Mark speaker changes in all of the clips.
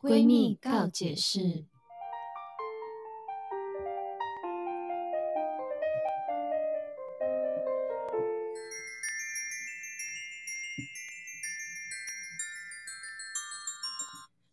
Speaker 1: 闺蜜告解释。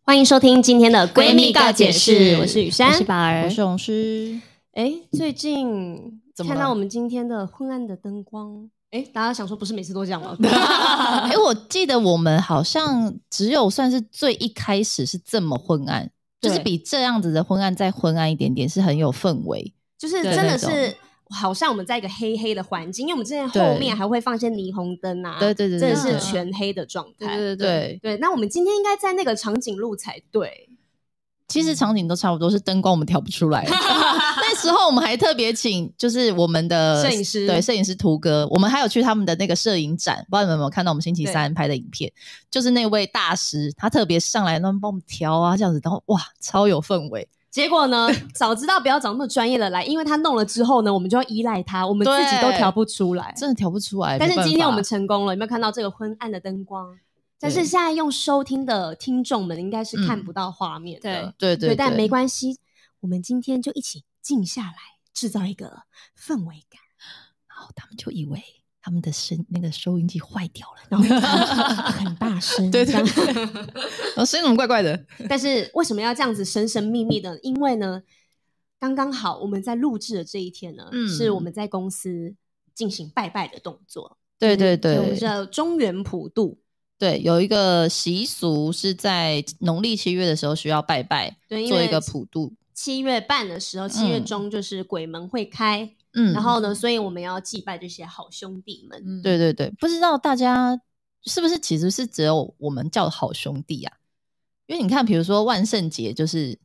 Speaker 2: 欢迎收听今天的
Speaker 1: 闺蜜告解释
Speaker 2: 我是雨珊，
Speaker 1: 我是宝儿
Speaker 2: 我是
Speaker 1: 荣师。
Speaker 2: 哎，最近
Speaker 1: 怎么了
Speaker 2: 看到我们今天的昏暗的灯光，哎，大家想说不是每次都这样 吗？
Speaker 1: 哎、我记得我们好像只有算是最一开始是这么昏暗，就是
Speaker 2: 对
Speaker 1: 比这样子的昏暗再昏暗一点点，是很有氛围。
Speaker 2: 就是
Speaker 1: 对
Speaker 2: 真的
Speaker 1: 那
Speaker 2: 是。好像我们在一个黑黑的环境，因为我们之前
Speaker 1: 对
Speaker 2: 后面还会放一些霓虹灯啊，
Speaker 1: 对对对对
Speaker 2: 真的
Speaker 1: 对嗯
Speaker 2: 是全黑的状态。
Speaker 1: 对对对
Speaker 2: 对，那我们今天应该在那个长颈鹿才对。
Speaker 1: 其实场景都差不多，是灯光我们调不出 来。那时候我们还特别请，就是我们的
Speaker 2: 摄影师
Speaker 1: 对摄影师图哥，我们还有去他们的那个摄影展，不知道你们有没有看到我们星期三拍的影片，就是那位大师他特别上来，那帮我们调啊这样子，然后哇，超有氛围。
Speaker 2: 结果呢，早知道不要找那么专业的来，因为他弄了之后呢，我们就要依赖他，我们自己都
Speaker 1: 对
Speaker 2: 调不出来。
Speaker 1: 真的调不出来。
Speaker 2: 但是
Speaker 1: 没办法
Speaker 2: 今天我们成功了，有没有看到这个昏暗的灯光？但是现在用收听的听众们应该是看不到画面的，
Speaker 3: 嗯
Speaker 1: 嗯对对对，
Speaker 2: 但没关系，我们今天就一起静下来，制造一个氛围感。
Speaker 1: 好，他们就以为他们的声那个收音机坏掉了，
Speaker 2: 然后很大声，
Speaker 1: 对对
Speaker 2: 这样
Speaker 1: 然哦后声音怎么怪怪 的？
Speaker 2: 但是为什么要这样子神神秘秘的？因为呢，刚刚好我们在录制的这一天呢，
Speaker 1: 嗯
Speaker 2: 是我们在公司进行拜拜的动作。
Speaker 1: 对嗯对
Speaker 2: 所以我们
Speaker 1: 对
Speaker 2: 叫中原普渡。
Speaker 1: 对，有一个习俗是在农历七月的时候需要拜拜，
Speaker 2: 对，因
Speaker 1: 做
Speaker 2: 为
Speaker 1: 一个普渡。
Speaker 2: 七月半的时候，七月
Speaker 1: 嗯
Speaker 2: 中就是鬼门会开，
Speaker 1: 嗯，
Speaker 2: 然后呢，所以我们要祭拜这些好兄弟们。
Speaker 3: 嗯，
Speaker 1: 对对对，不知道大家是不是其实是只有我们叫好兄弟啊？因为你看，比如说万圣节就是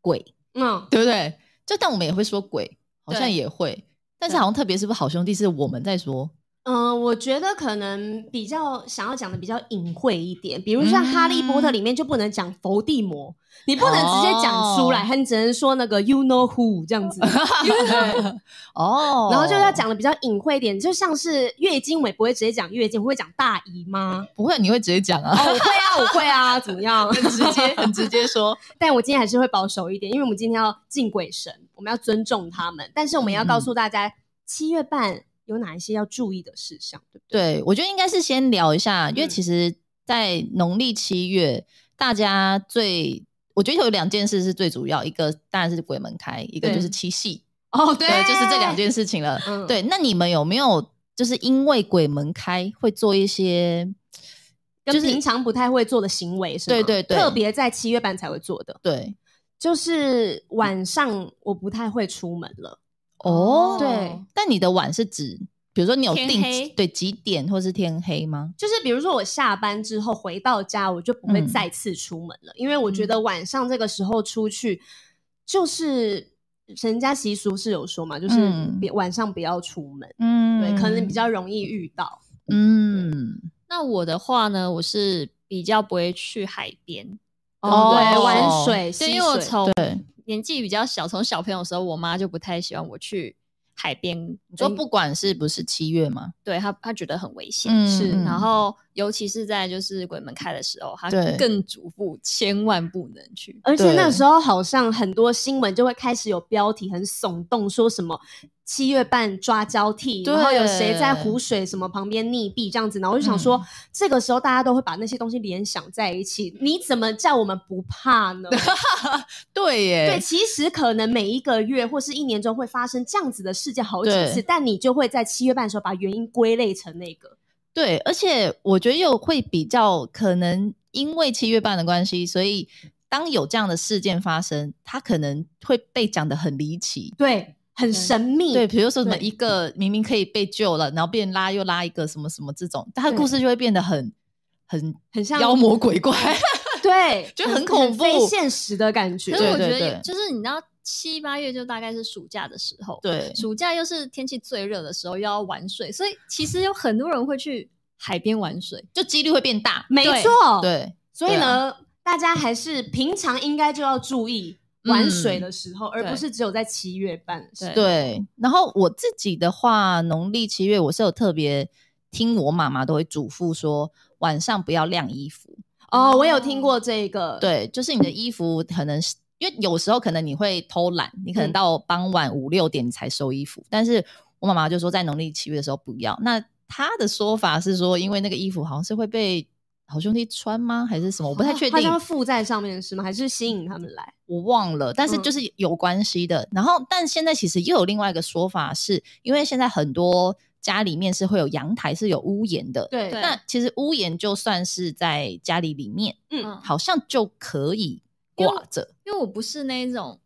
Speaker 1: 鬼，
Speaker 2: 嗯，
Speaker 1: 对不对？就但我们也会说鬼，好像
Speaker 2: 对
Speaker 1: 也会，但是
Speaker 2: 对
Speaker 1: 好像特别是不是好兄弟是我们在说，
Speaker 2: 嗯、我觉得可能比较想要讲的比较隐晦一点，比如像《哈利波特》
Speaker 1: 嗯
Speaker 2: 里面就不能讲伏地魔，你不能直接讲出来，
Speaker 1: 哦
Speaker 2: 他、只能说那个 you know who 这样 子，
Speaker 1: 哦，
Speaker 2: 然后就要讲的比较隐晦一点，就像是月经，我也不会直接讲月经，我会讲大姨妈。
Speaker 1: 不会，你会直接讲啊
Speaker 2: 哦，，我会啊，我会啊，怎么样？
Speaker 1: 很直接，很直接说，
Speaker 2: 但我今天还是会保守一点，因为我们今天要敬鬼神，我们要尊重他们，但是我们要
Speaker 1: 嗯
Speaker 2: 告诉大家，七月半有哪一些要注意的事项，对不对？
Speaker 1: 对我觉得应该是先聊一下，因为
Speaker 2: 嗯
Speaker 1: 其实，在农历七月，大家最我觉得有两件事是最主要，一个当然是鬼门开，一个
Speaker 2: 对
Speaker 1: 就是七夕，
Speaker 2: 哦，对
Speaker 1: 对，就是这两。件事情了。
Speaker 2: 嗯
Speaker 1: 对，那你们有没有就是因为鬼门开会做一些？
Speaker 2: 跟平常不太会做的行为是吗？
Speaker 1: 对对对
Speaker 2: 特别在七月半才会做的，
Speaker 1: 对
Speaker 2: 就是晚上我不太会出门了。
Speaker 1: 哦，
Speaker 2: 对，
Speaker 1: 但你的晚是指，比如说你有
Speaker 3: 天
Speaker 1: 定
Speaker 3: 黑
Speaker 1: 对几点或是天黑吗？
Speaker 2: 就是比如说我下班之后回到家，我就不会
Speaker 1: 嗯
Speaker 2: 再次出门了，因为我觉得晚上这个时候出去，就是人家习俗是有说嘛，就是
Speaker 1: 嗯
Speaker 2: 别、晚上不要出门，
Speaker 1: 嗯
Speaker 2: 对，可能比较容易遇到。
Speaker 1: 嗯
Speaker 3: 那我的话呢，我是比较不会去海边，嗯
Speaker 1: 哦
Speaker 2: 对，玩水，
Speaker 3: 对，
Speaker 2: 戏
Speaker 3: 因为我
Speaker 2: 水
Speaker 3: 从
Speaker 1: 对，
Speaker 3: 年纪比较小，从小朋友的时候，我妈就不太喜欢我去海边，
Speaker 1: 你说不管是不是七月嘛，
Speaker 3: 对她，她觉得很危险。
Speaker 1: 嗯
Speaker 2: 是
Speaker 1: 嗯
Speaker 3: 然后，尤其是在就是鬼门开的时候，她
Speaker 2: 啊
Speaker 1: 对呃
Speaker 3: 更嘱咐千万不能去。
Speaker 2: 而且
Speaker 1: 对
Speaker 2: 那时候好像很多新闻就会开始有标题很耸动，说什么七月半抓交替，
Speaker 1: 对嗯
Speaker 2: 然后有谁在湖水什么旁边溺毙这样子，然后我就想说，这个时候大家都会把那些东西联想在一起，你怎么叫我们不怕呢？
Speaker 1: 对耶，
Speaker 2: 对，其实可能每一个月或是一年中会发生这样子的事件好几
Speaker 1: 对
Speaker 2: 次，但你就会在七月半的时候把原因归类成那个。
Speaker 1: 对，而且我觉得又会比较可能，因为七月半的关系，所以当有这样的事件发生，它可能会被讲的很离奇。
Speaker 2: 对，很神秘。
Speaker 1: 对，比如说什么
Speaker 2: 对
Speaker 1: 一个明明可以被救了，然后变拉又拉一个什么什么这种，它的故
Speaker 2: 对
Speaker 1: 事就会变得很很
Speaker 2: 很像
Speaker 1: 妖魔鬼怪。
Speaker 2: 对，
Speaker 1: 就很恐怖
Speaker 2: 非现实的感觉。
Speaker 3: 可是我
Speaker 1: 对
Speaker 3: 觉
Speaker 1: 对
Speaker 3: 得也，
Speaker 1: 对
Speaker 3: 就是你知道，七八月就大概是暑假的时候，
Speaker 1: 对
Speaker 3: 暑假又是天气最热的时候，又要玩水，所以其实有很多人会去海边玩水。
Speaker 1: 就几率会变大。
Speaker 2: 没
Speaker 3: 对
Speaker 2: 错，
Speaker 1: 对，
Speaker 2: 所以
Speaker 1: 对啊
Speaker 2: 呢，大家还是平常应该就要注意玩水的时候，而
Speaker 3: 对
Speaker 2: 不是只有在七月半的时候。
Speaker 1: 嗯
Speaker 3: 对
Speaker 1: 对，然后我自己的话，农历七月我是有特别听我妈妈都会嘱咐说，晚上不要晾衣服。
Speaker 2: 哦，我有听过这个，，
Speaker 1: 对，就是你的衣服可能是因为有时候可能你会偷懒，你可能
Speaker 2: 嗯
Speaker 1: 到傍晚五六点你才收衣服，但是我妈妈就说在农历七月的时候不要。那她的说法是说，因为那个衣服好像是会被好兄弟穿吗，还是什么？我不太确
Speaker 2: 它
Speaker 1: 定
Speaker 2: 是，要附在上面是吗？还是吸引他们来？
Speaker 1: 我忘了，但是
Speaker 2: 嗯
Speaker 1: 就是有关系的。然后，但现在其实又有另外一个说法是，因为现在很多家里面是会有阳台是有屋檐的，
Speaker 2: 对
Speaker 3: 对
Speaker 1: 那其实屋檐就算是在家里里面，
Speaker 2: 嗯
Speaker 3: 嗯，
Speaker 1: 好像就可以
Speaker 3: 因为
Speaker 1: 挂着。
Speaker 3: 因为我不是那一种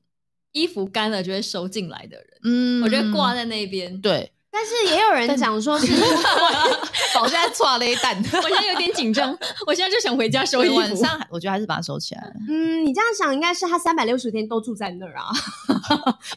Speaker 3: 衣服干了就会收进来的人，
Speaker 1: 嗯
Speaker 3: 我觉得挂在那边，
Speaker 1: 对，
Speaker 2: 但是也有人讲说 是，
Speaker 1: 保在抓了一 蛋。
Speaker 3: 我现在有点紧 张，我现在就想回家收衣服。
Speaker 1: 晚上还我觉得还是把它收起来。
Speaker 2: 嗯，你这样想应该是他三百六十天都住在那 儿啊，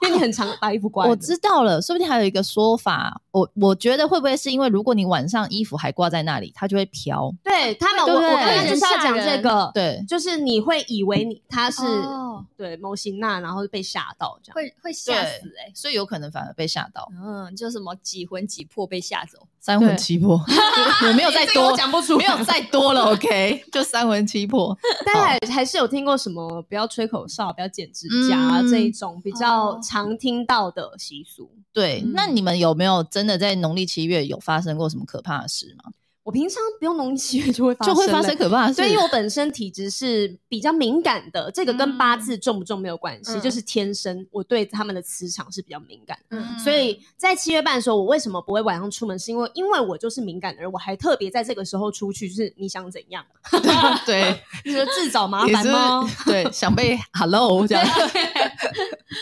Speaker 2: 因为你很常把衣服挂在那。
Speaker 1: 我知道了，说不定还有一个说法，我我觉得会不会是因为如果你晚上衣服还挂在那里，它就会飘。
Speaker 2: 对他们，我我
Speaker 1: 对
Speaker 2: 刚刚就是要讲这个，，
Speaker 1: 对，
Speaker 2: 就是你会以为你他是
Speaker 3: 哦
Speaker 2: 对某型娜，然后被吓到这样。
Speaker 3: 会会吓死哎、
Speaker 1: 欸所以有可能反而被吓到，
Speaker 3: 嗯，就什么几魂几魄被吓走，
Speaker 1: 三魂七魄。 我没有再
Speaker 2: 这个
Speaker 1: 多
Speaker 2: 我讲不出
Speaker 1: 没有再多 了，OK，就三魂七魄。
Speaker 2: 但
Speaker 1: 哦
Speaker 2: 还还是有听过什么不要吹口哨、不要剪指甲
Speaker 1: 嗯
Speaker 2: 这一种比较
Speaker 3: 哦
Speaker 2: 常听到的习俗。
Speaker 1: 对，
Speaker 3: 嗯
Speaker 1: 那你们有没有真的在农历七月有发生过什么可怕的事吗？
Speaker 2: 我平常不用农历七月就会发
Speaker 1: 就
Speaker 2: 生，
Speaker 1: 会发生。可怕的事，
Speaker 2: 所以，因为我本身体质是比较敏感的，这个跟
Speaker 3: 嗯
Speaker 2: 八字重不重没有关系，
Speaker 3: 嗯
Speaker 2: 就是天生我对他们的磁场是比较敏感的。
Speaker 3: 嗯
Speaker 2: 所以在七月半的时候，我为什么不会晚上出门？是因为因为我就是敏感的人，我还特别在这个时候出去，就是你想怎样，
Speaker 1: 对，
Speaker 2: 你说自找麻
Speaker 1: 也
Speaker 2: 烦
Speaker 1: 是
Speaker 2: 吗？
Speaker 1: 对，想 被 hello 这样。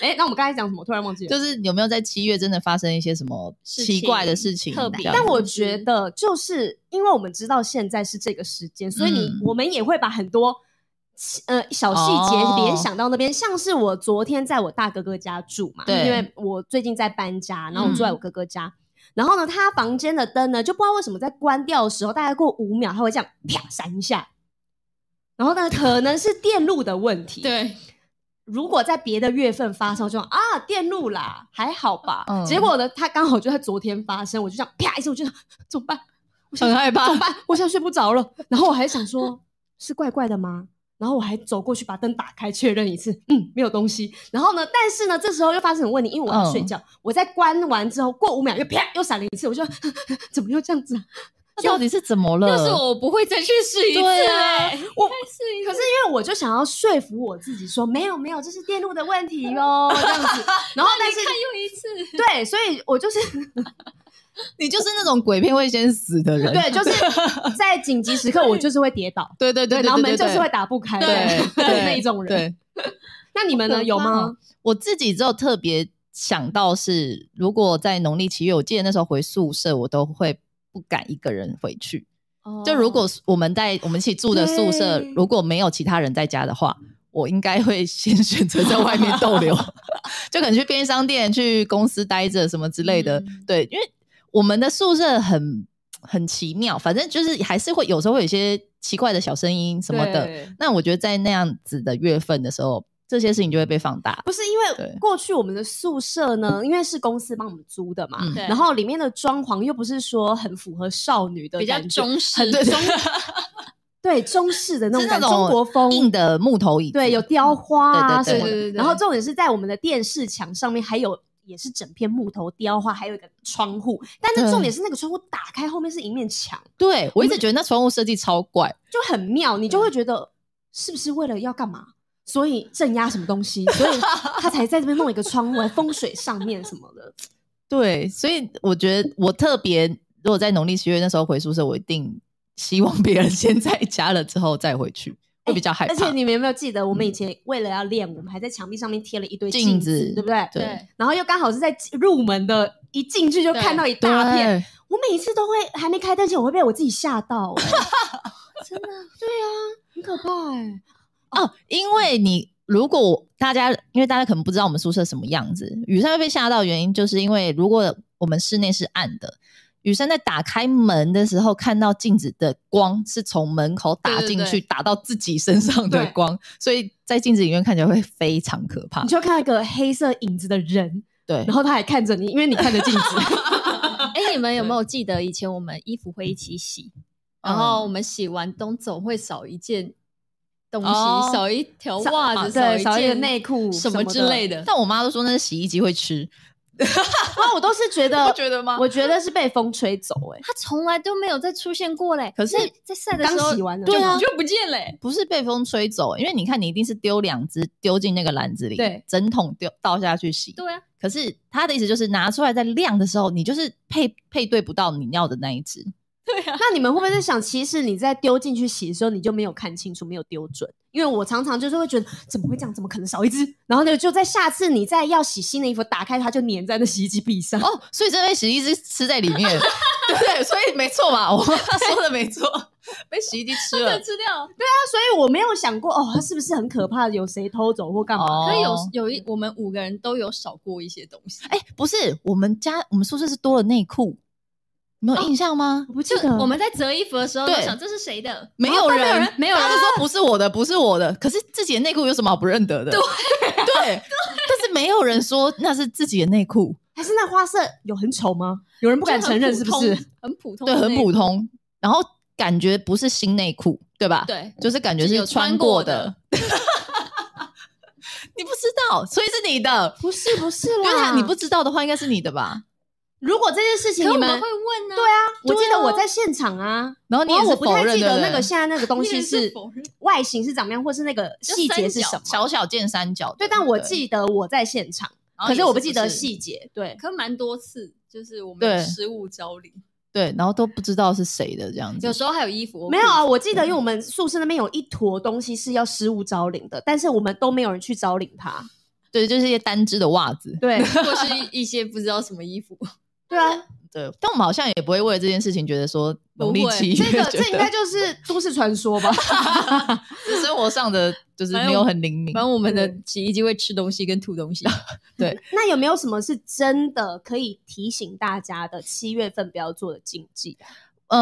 Speaker 2: 哎、那我们刚才讲什么？突然忘记了。
Speaker 1: 就是有没有在七月真的发生一些什么
Speaker 3: 事
Speaker 1: 奇怪的
Speaker 3: 情
Speaker 1: 事情？
Speaker 3: 特
Speaker 1: 这
Speaker 3: 别
Speaker 1: 样
Speaker 2: 但
Speaker 1: 子嗯
Speaker 2: 我觉得，就是因为我们知道现在是这个时间，所以你、
Speaker 1: 嗯
Speaker 2: 我们也会把很多呃小细节
Speaker 1: 哦
Speaker 2: 联想到那边。像是我昨天在我大哥哥家住嘛，
Speaker 1: 对
Speaker 2: 因为我最近在搬家，然后我住在
Speaker 3: 嗯
Speaker 2: 我哥哥家。然后呢，他房间的灯呢，就不知道为什么在关掉的时候，大概过五秒，它会这样啪闪一下。然后呢，可能是电路的问题。，
Speaker 3: 对，
Speaker 2: 如果在别的月份发生，我就想啊电路啦，还好吧。
Speaker 1: 嗯
Speaker 2: 结果呢，它刚好就在昨天发生，我就想啪一声，我就想怎么办？我想
Speaker 1: 很害怕
Speaker 2: 怎么办？我现在睡不着了。然后我还想说，是怪怪的吗？然后我还走过去把灯打开确认一次，嗯，没有东西。然后呢，但是呢，这时候又发生什么问题？因为我要睡觉，我在关完之后过五秒又啪又闪了一次，我就 怎么又这样子、啊？
Speaker 1: 那到底是怎么了？
Speaker 3: 要是我不会再去试一次、
Speaker 1: 对啊
Speaker 3: 哎
Speaker 2: 我
Speaker 3: 再试一次
Speaker 2: 可是因为我就想要说服我自己说，没有没有，这是电路的问题哟，这样子。然后但是
Speaker 3: 看又一次，
Speaker 2: 对，所以我就是
Speaker 1: 你就是那种鬼片会先死的人，
Speaker 2: 对，就是在紧急时刻，我就是会跌倒，
Speaker 1: 对对对对，
Speaker 2: 然后门
Speaker 1: 对
Speaker 2: 就
Speaker 1: 对
Speaker 2: 是会打不开的
Speaker 1: 对对
Speaker 2: 那一种人。
Speaker 1: 对，
Speaker 2: 那你们呢？有吗？
Speaker 1: 我自己只有特别想到是，如果在农历七月，我记得那时候回宿舍，我都会不敢一个人回去。
Speaker 2: 哦
Speaker 1: 就如果是我们在我们一起住的宿舍
Speaker 2: 对，
Speaker 1: 如果没有其他人在家的话，我应该会先 选择在外面逗 留，就可能去便利商店、去公司待着什么之类的。
Speaker 3: 嗯
Speaker 1: 对，因为我们的宿舍很很奇妙，反正就是还是会有时候会有一些奇怪的小声音什么的。
Speaker 2: 对？
Speaker 1: 那我觉得在那样子的月份的时候，这些事情就会被放大。
Speaker 2: 不是因为
Speaker 1: 对
Speaker 2: 过去我们的宿舍呢，因为是公司帮我们租的嘛，
Speaker 1: 嗯
Speaker 3: 对
Speaker 2: 然后里面的装潢又不是说很符合少女的
Speaker 3: 比较
Speaker 2: 感觉，
Speaker 3: 忠实，
Speaker 2: 很
Speaker 3: 对
Speaker 2: 中对中式的那
Speaker 1: 是
Speaker 2: 种
Speaker 1: 那
Speaker 2: 感觉
Speaker 1: 种
Speaker 2: 中国风
Speaker 1: 硬的木头椅子，
Speaker 2: 对，有雕花啊什
Speaker 1: 嗯对对对
Speaker 2: 么的。
Speaker 3: 对对对
Speaker 2: 然后重点是在我们的电视墙上面还有。也是整片木头雕花，还有一个窗户，但是
Speaker 1: 对
Speaker 2: 重点是那个窗户打开后面是一面墙，
Speaker 1: 对我一直觉得那窗户设计超怪，
Speaker 2: 就很妙，你就会觉得是不是为了要干嘛，所以镇压什么东西，所以他才在这边弄一个窗户，还风水上面什么的。
Speaker 1: 对，所以我觉得我特别，如果在农历七月那时候回宿舍，我一定希望别人 先在家了之后再回去，会比较 害怕。嗯
Speaker 2: 而且你们有没有记得，我们以前为了要练，我们还在墙壁上面贴了一堆
Speaker 1: 镜
Speaker 2: 镜
Speaker 1: 子
Speaker 2: 对不对？
Speaker 1: 对
Speaker 2: 然后又刚好是在入门的一进去就
Speaker 3: 对
Speaker 2: 看到一
Speaker 1: 对
Speaker 2: 大片，我每一次都会还没开灯前，我会被我自己吓到、欸，
Speaker 3: 真的
Speaker 2: 啊很可怕哎、
Speaker 1: 哦，因为你如果大家，因为大家可能不知道我们宿舍什么样子，雨山会被吓到的原因，就是因为如果我们室内是暗的。雨山在打开门的时候，看到镜子的光是从门口打
Speaker 3: 对对
Speaker 1: 进去，
Speaker 3: 对
Speaker 1: 打到自己身上的
Speaker 2: 对
Speaker 1: 光，所以在镜子里面看起来会非常可怕
Speaker 2: 你。就看到一个黑色影子的人，
Speaker 1: 对
Speaker 2: 然，后他还看着你，因为你看着镜子。
Speaker 3: 哎、你们有没有嗯记得以前我们衣服会一起洗，然后我们洗完东总会少一件东
Speaker 1: 哦
Speaker 3: 西，少一条
Speaker 2: 少
Speaker 3: 袜
Speaker 2: 啊
Speaker 3: 子，
Speaker 2: 对，
Speaker 3: 少
Speaker 2: 少一
Speaker 3: 件
Speaker 2: 点内裤
Speaker 3: 什
Speaker 2: 么
Speaker 3: 么之类
Speaker 2: 的。
Speaker 3: 的。
Speaker 1: 但我妈都说那是洗衣机会吃，
Speaker 2: 那我都是觉
Speaker 1: 不
Speaker 2: 得，
Speaker 1: 觉得吗？
Speaker 2: 我觉得是被风吹走、 欸，
Speaker 3: 它从来都没有再出现过嘞。
Speaker 1: 可是
Speaker 3: 那在晒的
Speaker 2: 刚
Speaker 3: 时候
Speaker 2: 洗完了
Speaker 3: 就
Speaker 1: 对啊
Speaker 3: 就不见嘞。
Speaker 1: 不是被风吹走，欸因为你看，你一定是丢两只丢进那个篮子里，
Speaker 2: 对，
Speaker 1: 整桶丢倒下去洗。
Speaker 3: 对啊，
Speaker 1: 可是他的意思就是拿出来在晾的时候，你就是配配对不到你要的那一只。
Speaker 3: 对啊，
Speaker 2: 那你们会不会在想，其实你在丢进去洗的时候，你就没有看清楚，没有丢准？因为我常常就是会觉得，怎么会这样？怎么可能少一只？然后呢，就在下次你再要洗新的衣服，打开它就粘在那洗衣机壁上。
Speaker 1: 哦，所以这被洗衣机吃在里面， 对不对？所以没错嘛，我妈说的没错，被洗衣机吃了
Speaker 3: 这。吃掉。
Speaker 2: 所以我没有想过，哦，它是不是很可怕？有谁偷走或干嘛？
Speaker 1: 哦
Speaker 3: 可以有有一，我们五个人都有少过一些东西。
Speaker 1: 哎、不是，我们家我们宿舍是多了内裤，你
Speaker 3: 哦
Speaker 1: 没有印象吗？
Speaker 2: 我不记
Speaker 3: 就
Speaker 2: 得，
Speaker 3: 我们在折衣服的时候，
Speaker 1: 对
Speaker 3: 就想这是谁的？
Speaker 1: 哦没有
Speaker 3: 然后
Speaker 1: 人，
Speaker 3: 没有人，
Speaker 1: 他就说不是我的，不是我的。可是自己的内裤有什么好不认得的？对对，但是没有人说那是自己的内裤，
Speaker 2: 还是那花色有很丑吗？有人不
Speaker 3: 不
Speaker 2: 敢承认，是不是？？
Speaker 3: 很普通
Speaker 1: 对，
Speaker 3: 的那种，
Speaker 1: 很普通。然后感觉不是新内裤，对吧？，
Speaker 3: 对，
Speaker 1: 就是感觉
Speaker 3: 只
Speaker 1: 是
Speaker 3: 有穿
Speaker 1: 过
Speaker 3: 过
Speaker 1: 的。 你不知道，所以是你的。
Speaker 2: 不是，不是
Speaker 1: 对
Speaker 2: 啦！
Speaker 1: 啊，你不，知道的话，应该是你的吧？
Speaker 2: 如果这件事情
Speaker 3: 可
Speaker 2: 你
Speaker 3: 我
Speaker 2: 们
Speaker 3: 们会，问啊，
Speaker 2: 对啊，我记
Speaker 1: 对啊
Speaker 2: 得我在现场啊，
Speaker 1: 然后你
Speaker 2: 然
Speaker 1: 也
Speaker 2: 后
Speaker 1: 是
Speaker 2: 我不
Speaker 1: 否
Speaker 2: 太
Speaker 1: 认
Speaker 2: 记得那
Speaker 1: 对不对
Speaker 2: 个现在那个东西
Speaker 3: 你也
Speaker 2: 是
Speaker 3: 是否认
Speaker 2: 外形是怎么样，或是那个
Speaker 1: 就
Speaker 2: 细节
Speaker 1: 三
Speaker 2: 是
Speaker 1: 角
Speaker 2: 什么。
Speaker 1: 小小见三角的。
Speaker 2: 对，但我
Speaker 1: 不
Speaker 2: 记得我在现场，
Speaker 1: 然后
Speaker 2: 可
Speaker 1: 也
Speaker 2: 是我不记
Speaker 1: 是
Speaker 2: 得细节。对，
Speaker 3: 可蛮多次，就是我们
Speaker 1: 对
Speaker 3: 有失物招领，
Speaker 1: 对，然后都不知道是谁的这样子
Speaker 3: 有。时候还有衣服我
Speaker 2: 没有
Speaker 3: 不
Speaker 2: 啊，我记得因为我们宿舍那边有一坨东西是要失物招领的，但是我们都没有人去招领它。
Speaker 1: 对，就是一些单只的袜子。
Speaker 2: 对，
Speaker 3: 或是一一些不知道什么衣服，
Speaker 2: 对啊，
Speaker 1: 对，但我们好像也不会为了这件事情觉得说农历
Speaker 3: 不会
Speaker 1: 七月
Speaker 2: 这个
Speaker 1: 觉
Speaker 2: 这应该
Speaker 1: 得
Speaker 2: 就是都市传说吧？
Speaker 1: 是生活上 的就是
Speaker 3: 反
Speaker 1: 没
Speaker 3: 正
Speaker 1: 有
Speaker 3: 我
Speaker 1: 很灵敏
Speaker 3: 反。正我们的洗衣机会吃东西跟吐东西。
Speaker 2: 那有没有什么是真的可以提醒大家的七月份不要做的禁忌？啊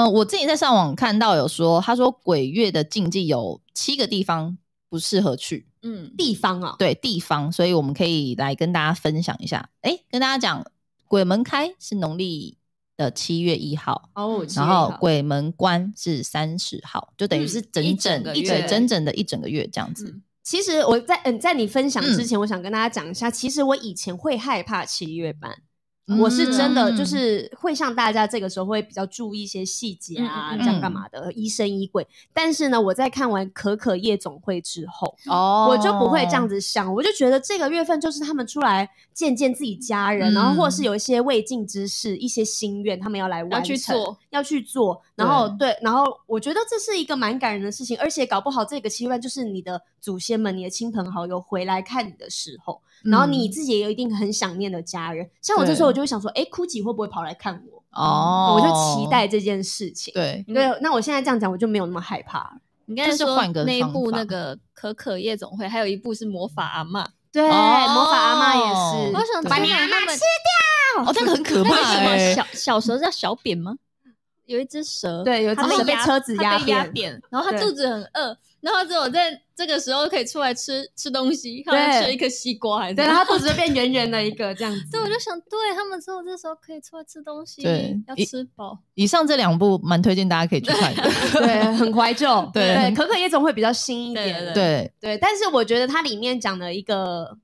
Speaker 1: 呃，我自己在上网看到有说，他说鬼月的禁忌有七个地方不适合去，
Speaker 3: 嗯，
Speaker 2: 地方啊，
Speaker 1: 对地方，所以我们可以来跟大家分享一下。哎，跟大家讲，鬼门开是农历的七月一号，
Speaker 2: 哦，
Speaker 1: 然后鬼门关是三十号，就等于
Speaker 3: 嗯
Speaker 1: 是
Speaker 3: 一
Speaker 1: 整整
Speaker 3: 整个
Speaker 1: 一
Speaker 2: 月
Speaker 1: 整整整的一整个月这样子。
Speaker 3: 嗯
Speaker 2: 其实我在嗯，在你分享之前，我想跟大家讲一下，其实我以前会害怕七月半，
Speaker 1: 嗯
Speaker 2: 我是真的就是会像大家这个时候会比较注意一些细节啊，
Speaker 3: 嗯嗯嗯
Speaker 2: 这样干嘛的，疑神疑鬼。但是呢，我在看完可可夜总会之后，
Speaker 1: 哦
Speaker 2: 我就不会这样子想，我就觉得这个月份就是他们出来见见自己家人，
Speaker 1: 嗯
Speaker 2: 然后或是有一些未尽之事、一些心愿，他们要来完成
Speaker 3: 要去做，
Speaker 2: 要去做。然后对，然后我觉得这是一个蛮感人的事情，而且搞不好这个期盼就是你的祖先们、你的亲朋好友回来看你的时候，
Speaker 1: 嗯，
Speaker 2: 然后你自己也有一定很想念的家人。像我这
Speaker 1: 对
Speaker 2: 时候，我就会想说，哎，Gucci 会不会跑来看我？
Speaker 1: 哦，
Speaker 2: 我就期待这件事情。
Speaker 1: 对。嗯哦
Speaker 2: 对，那我现在这样讲，我就没有那么害怕了。
Speaker 3: 你刚才
Speaker 1: 就是
Speaker 3: 说
Speaker 1: 换个
Speaker 3: 那一
Speaker 1: 方
Speaker 3: 部
Speaker 1: 法
Speaker 3: 那个可可夜总会，还有一部是魔法阿嬷。
Speaker 2: 对，魔法阿妈也是。
Speaker 1: 对
Speaker 3: 我想
Speaker 2: 把
Speaker 3: 天
Speaker 2: 你
Speaker 3: 哪，
Speaker 2: 阿
Speaker 3: 那
Speaker 2: 嬷
Speaker 3: 么
Speaker 1: 哦，那个很可怕、
Speaker 3: 那个
Speaker 1: 欸
Speaker 3: 什么。小小蛇叫小扁吗？有一只蛇，
Speaker 2: 对有一只
Speaker 3: 它
Speaker 2: 蛇被
Speaker 3: 压
Speaker 2: 车子
Speaker 3: 它
Speaker 2: 压
Speaker 3: 被压
Speaker 2: 扁
Speaker 3: 扁，然后它
Speaker 2: 对
Speaker 3: 肚子很饿，然后只有在这个时候可以出来吃吃东西，它
Speaker 2: 对
Speaker 3: 吃了一颗西瓜还是
Speaker 2: 对，
Speaker 3: 什么
Speaker 2: 他肚子就变圆圆的一个这样子。
Speaker 3: 对，我就想，对他们只有这时候可以出来吃东西，
Speaker 1: 对
Speaker 3: 要
Speaker 1: 一
Speaker 3: 吃饱。
Speaker 1: 以上这两部蛮推荐大家可以去看的。
Speaker 2: 对， 很怀旧。
Speaker 1: 对
Speaker 2: 对，可可夜总会比较新一点。
Speaker 3: 对
Speaker 1: 对，
Speaker 2: 对但是我觉得它里面讲的一个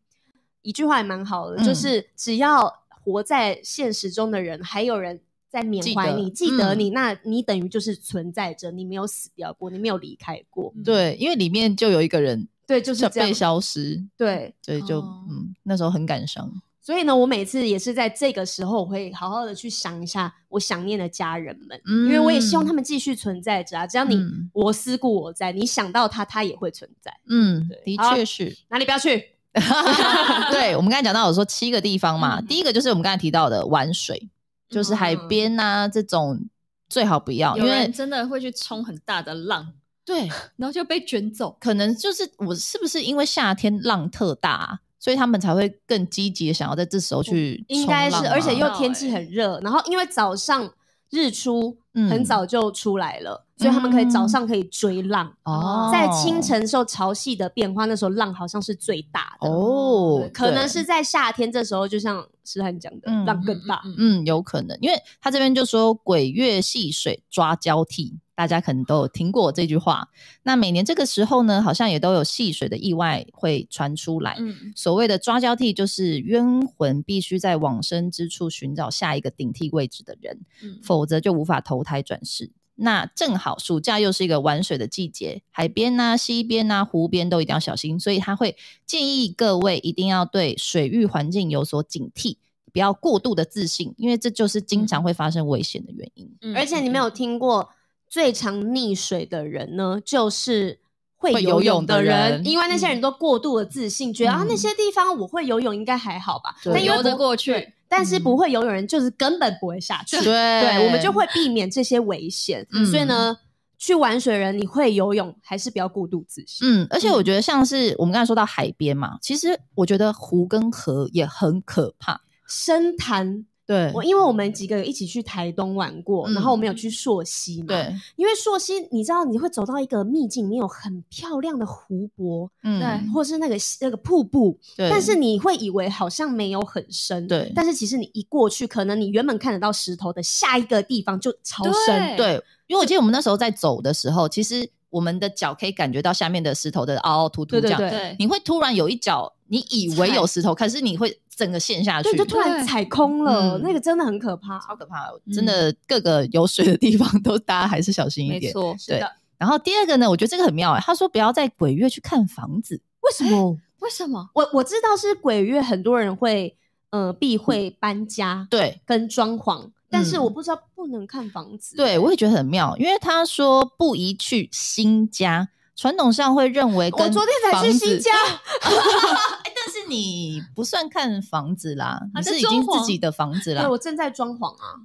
Speaker 2: 一句话也蛮好的，
Speaker 1: 嗯
Speaker 2: 就是只要活在现实中的人，还有人。在缅怀你，
Speaker 1: 记
Speaker 2: 记
Speaker 1: 得
Speaker 2: 得你，那你等于就是存在着，你没有死掉过，你没有离开过，
Speaker 3: 嗯
Speaker 1: 对，因为里面就有一个人
Speaker 2: 对，就是这
Speaker 1: 被
Speaker 2: 样，
Speaker 1: 消失，
Speaker 2: 对。
Speaker 1: 所以就、
Speaker 3: 哦
Speaker 1: 嗯，那时候很感伤。
Speaker 2: 所以呢，我每次也是在这个时候，我会好好的去想一下我想念的家人们，
Speaker 1: 嗯
Speaker 2: 因为我也希望他们继续存在着啊。只要你、
Speaker 1: 嗯
Speaker 2: 我思故我在，你想到他，他也会存在。
Speaker 1: 嗯
Speaker 2: 对，
Speaker 1: 的
Speaker 2: 好
Speaker 1: 确是。
Speaker 2: 哪里不要去？
Speaker 1: 对，我们刚才讲到有说七个地方嘛，
Speaker 3: 嗯
Speaker 1: 第一个就是我们刚才提到的玩水，就是海
Speaker 2: 嗯
Speaker 1: 边呐、这种最好不要，因
Speaker 3: 有人
Speaker 1: 为
Speaker 3: 真的会去冲很大的浪，
Speaker 1: 对，
Speaker 3: 然后就被卷走。
Speaker 1: 可能就是我是不是因为夏天浪特大啊、所以他们才会更积极的想要在这时候去冲
Speaker 2: 应该是
Speaker 1: 浪，啊
Speaker 2: 而且
Speaker 1: 嘛
Speaker 2: 又
Speaker 3: 到
Speaker 2: 天
Speaker 3: 欸
Speaker 2: 气很热，然后因为早上日出
Speaker 1: 嗯
Speaker 2: 很早就出来了，所以他们可以早上可以追浪。
Speaker 1: 哦，
Speaker 2: 在清晨的时候潮汐的变化，那时候浪好像是最大的，
Speaker 1: 哦
Speaker 2: 对，可能
Speaker 1: 对
Speaker 2: 是在夏天这时候，就像诗涵讲的，
Speaker 1: 嗯
Speaker 2: 浪更大。
Speaker 3: 嗯，
Speaker 1: 嗯，有可能，因为他这边就说鬼月戏水抓交替，大家可能都有听过这句话。那每年这个时候呢，好像也都有戏水的意外会传出来。
Speaker 3: 嗯，
Speaker 1: 所谓的抓交替，就是冤魂必须在往生之处寻找下一个顶替位置的人，
Speaker 3: 嗯
Speaker 1: 否则就无法投胎转世。那正好暑假又是一个玩水的季节，海边呐、溪边呐、湖边都一定要小心，所以他会建议各位一定要对水域环境有所警惕，不要过度的自信，因为这就是经
Speaker 2: 嗯
Speaker 1: 常会发生危险的原因。
Speaker 3: 嗯
Speaker 2: 而且你没有听过最常溺水的人呢，就是会
Speaker 1: 会
Speaker 2: 游
Speaker 1: 游
Speaker 2: 泳
Speaker 1: 泳
Speaker 2: 的
Speaker 1: 的
Speaker 2: 人，
Speaker 1: 人
Speaker 2: 因为那些人都过度的自信，觉得啊
Speaker 1: 嗯
Speaker 2: 那些地方我会游泳应该还好吧，
Speaker 1: 对
Speaker 2: 但因为
Speaker 3: 游得
Speaker 2: 不
Speaker 3: 过去
Speaker 2: 对但是不会游泳人就是根本不会下去，
Speaker 1: 对，
Speaker 2: 对，我们就会避免这些危险。
Speaker 1: 嗯
Speaker 2: 所以呢，去玩水的人，你会游泳还是不要过度自信。
Speaker 1: 嗯，而且我觉得像是我们刚才说到海边嘛，其实我觉得湖跟河也很可怕。
Speaker 2: 深潭，
Speaker 1: 对
Speaker 2: 我因为我们几个一起去台东玩过，
Speaker 1: 嗯
Speaker 2: 然后我们有去溯溪嘛，，
Speaker 1: 对，
Speaker 2: 因为溯溪你知道你会走到一个秘境，里面有很漂亮的湖泊，
Speaker 1: 嗯，
Speaker 2: 哎或是那个那个瀑布，
Speaker 1: 对，
Speaker 2: 但是你会以为好像没有很深，
Speaker 1: 对
Speaker 2: 但是其实你一过去，可能你原本看得到石头的下一个地方就超深，
Speaker 1: 对，因为我记得我们那时候在走的时候，其实我们的脚可以感觉到下面的石头的凹凹凸凸
Speaker 2: 对
Speaker 1: 这
Speaker 2: 对
Speaker 1: 样，
Speaker 2: 对
Speaker 3: 对，
Speaker 1: 你会突然有一脚，你以为有石头，可是你会整个陷下去
Speaker 2: 对，，就突然
Speaker 3: 对
Speaker 2: 踩空了，
Speaker 1: 嗯
Speaker 2: 那个真的很可怕。嗯
Speaker 1: 超可怕，真的各个有水的地方 都大家还是小心一
Speaker 3: 没
Speaker 1: 点。
Speaker 3: 错，
Speaker 1: 对
Speaker 3: 是的。
Speaker 1: 然后第二个呢，我觉得这个很妙、欸，他说不要在鬼月去看房子，
Speaker 2: 为什么？
Speaker 3: 为什么？
Speaker 2: 哎我我知道是鬼月，很多人会呃避讳搬家
Speaker 1: 对，
Speaker 2: 跟装潢，但是
Speaker 1: 嗯
Speaker 2: 我不知道不能看房子。欸
Speaker 1: 对，我也觉得很妙，因为他说不宜去新家，传统上会认为
Speaker 2: 我
Speaker 1: 跟
Speaker 2: 昨天才去
Speaker 1: 房
Speaker 2: 新
Speaker 1: 子
Speaker 2: 家，，
Speaker 1: 哎但是你不算看房子啦，
Speaker 3: 啊
Speaker 1: 你
Speaker 3: 这
Speaker 1: 是已经
Speaker 3: 装
Speaker 1: 自己
Speaker 3: 潢
Speaker 1: 的房子
Speaker 2: 对
Speaker 1: 啦。
Speaker 2: 我正在装潢啊，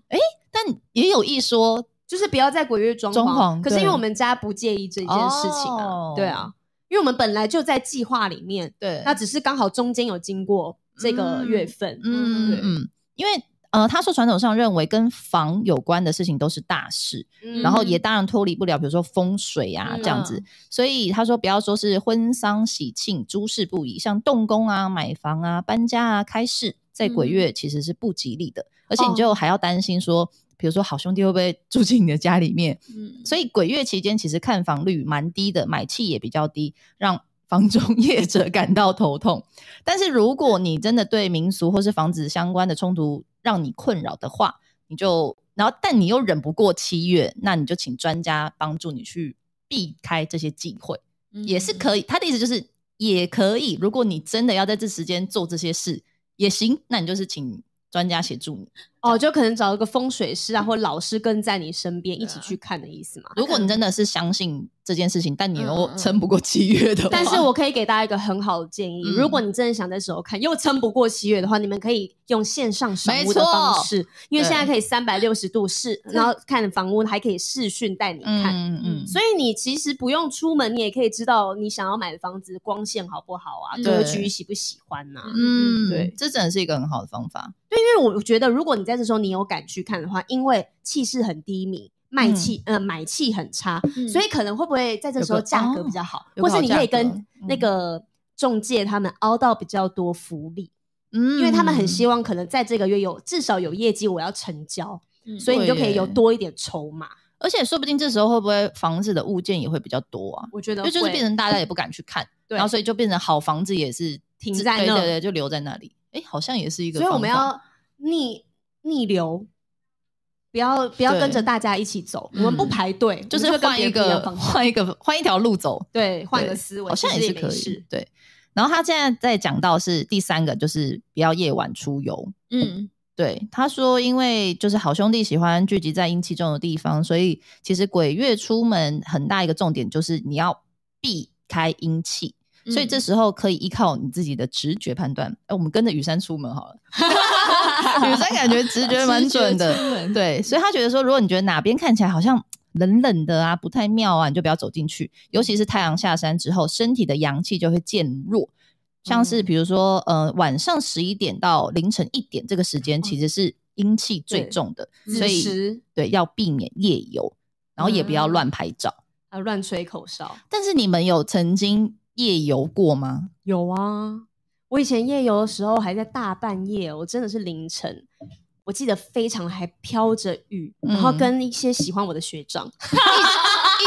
Speaker 1: 但也有一说，
Speaker 2: 就是不要在鬼月装
Speaker 1: 装潢
Speaker 2: 可是因为
Speaker 1: 对
Speaker 2: 我们家不介意这件事情啊，
Speaker 1: 哦
Speaker 2: 对啊，因为我们本来就在计划里面，
Speaker 1: 对
Speaker 2: 那只是刚好中间有经过这个月份，
Speaker 1: 嗯
Speaker 2: 对
Speaker 1: 嗯嗯，因为呃，他说传统上认为跟房有关的事情都是大事，
Speaker 2: 嗯
Speaker 1: 然后也当然脱离不了，比如说风水啊
Speaker 2: 嗯
Speaker 1: 这样子。所以他说不要说是婚丧喜庆诸事不宜，像动工啊、买房啊、搬家啊、开市，在鬼月其实是不吉利的，而且你就还要担心说。比如说，好兄弟会不会住进你的家里面？
Speaker 3: 嗯，
Speaker 1: 所以鬼月期间，其实看房率蛮低的，买气也比较低，让房中 业者感到头痛。但是如果你真的对民俗或是房子相关的冲突让你困扰的话，你就然后但你又忍不过七月，那你就请专家帮助你去避开这些忌讳，
Speaker 3: 嗯
Speaker 1: 也是可以。他的意思就是也可以，如果你真的要在这时间做这些事也行，那你就是请专家协助你。
Speaker 2: 哦，就可能找一个风水师啊，或老师跟在你身边一起
Speaker 1: 啊
Speaker 2: 去看的意思嘛。
Speaker 1: 如果你真的是相信这件事情，但你
Speaker 3: 嗯
Speaker 1: 又
Speaker 3: 嗯嗯
Speaker 1: 撑不过七月的话，
Speaker 2: 但是我可以给大家一个很好的建议，
Speaker 1: 嗯
Speaker 2: 如果你真的想在时候看，又撑不过七月的话，你们可以用线上赏屋的
Speaker 1: 没错
Speaker 2: 方式，因为
Speaker 1: 对
Speaker 2: 现在可以三百六十度视，然后看房屋还可以视讯带你看。
Speaker 1: 嗯嗯，
Speaker 2: 所以你其实不用出门，你也可以知道你想要买的房子光线好不好啊，
Speaker 3: 嗯
Speaker 2: 格局喜不喜欢呐、
Speaker 1: 嗯，
Speaker 2: 对
Speaker 1: 对，这真的是一个很好的方法。
Speaker 2: 因为我觉得，如果你在这时候你有敢去看的话，因为气势很低迷，卖气、呃买气很差，
Speaker 3: 嗯
Speaker 2: 所以可能会不会在这时候
Speaker 1: 嗯有个哦
Speaker 2: 价格比较好，
Speaker 1: 有
Speaker 2: 或
Speaker 1: 个
Speaker 2: 是你可以
Speaker 1: 好价格嗯
Speaker 2: 跟那个中介他们凹到比较多福利，
Speaker 1: 嗯
Speaker 2: 因为他们很希望可能在这个月有至少有业绩我要成交，
Speaker 3: 嗯
Speaker 2: 所以你就可以
Speaker 1: 对耶
Speaker 2: 有多一点筹码。
Speaker 1: 而且说不定这时候会不会房子的物件也会比较多啊？
Speaker 2: 我觉得
Speaker 1: 因为就是
Speaker 2: 会
Speaker 1: 变成大 家也不敢去看，
Speaker 2: 对
Speaker 1: 然后所以就变成好房子也是
Speaker 2: 停
Speaker 1: 只
Speaker 2: 在那
Speaker 1: 对对对，就留在那里。哎，好像也是一个
Speaker 2: 所以
Speaker 1: 方法，
Speaker 2: 我们要逆逆流，不要不要
Speaker 1: 对
Speaker 2: 跟着大家一起走，我们不
Speaker 1: 嗯
Speaker 2: 排队，
Speaker 1: 就
Speaker 2: 我
Speaker 1: 是
Speaker 2: 们跟
Speaker 1: 换
Speaker 2: 别
Speaker 1: 一
Speaker 2: 人不样
Speaker 1: 个
Speaker 2: 方向
Speaker 1: 换一个换一条路走，
Speaker 2: 对换个
Speaker 1: 对
Speaker 2: 思维，
Speaker 1: 好像
Speaker 2: 其
Speaker 1: 也
Speaker 2: 实
Speaker 1: 是
Speaker 2: 没
Speaker 1: 可
Speaker 2: 事
Speaker 1: 以。对，然后他现在在讲到是第三个，就是不要夜晚出游。
Speaker 3: 嗯，
Speaker 1: 对，他说，因为就是好兄弟喜欢聚集在阴气重的地方，所以其实鬼月出门很大一个重点就是你要避开阴气，
Speaker 3: 嗯
Speaker 1: 所以这时候可以依靠你自己的直觉判断。哎、我们跟着雨珊出门好了， 雨珊感觉直觉蛮准
Speaker 3: 直觉出
Speaker 1: 的，
Speaker 3: 门
Speaker 1: 对，所以他觉得说，如果你觉得哪边看起来好像冷冷的啊，不太妙啊，你就不要走进去，尤其是太阳下山之后，身体的阳气就会渐弱。像是比如说，呃，晚上十一点到凌晨一点这个时间，其实是阴气最
Speaker 2: 对
Speaker 1: 重的，
Speaker 2: 子
Speaker 1: 所以
Speaker 2: 时
Speaker 1: 对要避免夜游，然后也不要乱拍照。
Speaker 2: 啊，乱吹口哨
Speaker 1: 但是你们有曾经夜游过吗？
Speaker 2: 有啊。我以前夜游的时候还在大半夜，我真的是凌晨我记得非常还飘着雨，然后
Speaker 1: 嗯
Speaker 2: 跟一些喜欢我的学长，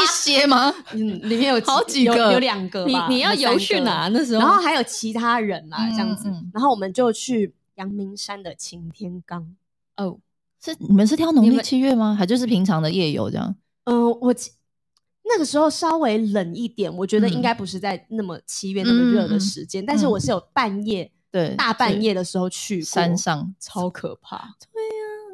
Speaker 1: 一些吗？
Speaker 2: 嗯，里面有
Speaker 1: 好几个
Speaker 2: 有有两个
Speaker 3: 你
Speaker 2: 吧，
Speaker 3: 你要
Speaker 2: 还三
Speaker 3: 游去
Speaker 2: 个
Speaker 3: 哪？那时候，
Speaker 2: 然后还有其他人啦，
Speaker 1: 嗯
Speaker 2: 这样子
Speaker 1: 嗯。
Speaker 2: 然后我们就去阳明山的擎天岗。
Speaker 3: 哦，
Speaker 1: 是你们是挑农
Speaker 3: 你
Speaker 1: 历
Speaker 3: 们
Speaker 1: 七月吗？还就是平常的夜游这样？
Speaker 2: 嗯、我记那个时候稍微冷一点，我觉得应该不是在那么七月那么热的时间，但是我是有半夜、
Speaker 1: 对，
Speaker 2: 大半夜的时候去
Speaker 1: 对
Speaker 2: 过
Speaker 1: 山，上，
Speaker 2: 超可怕。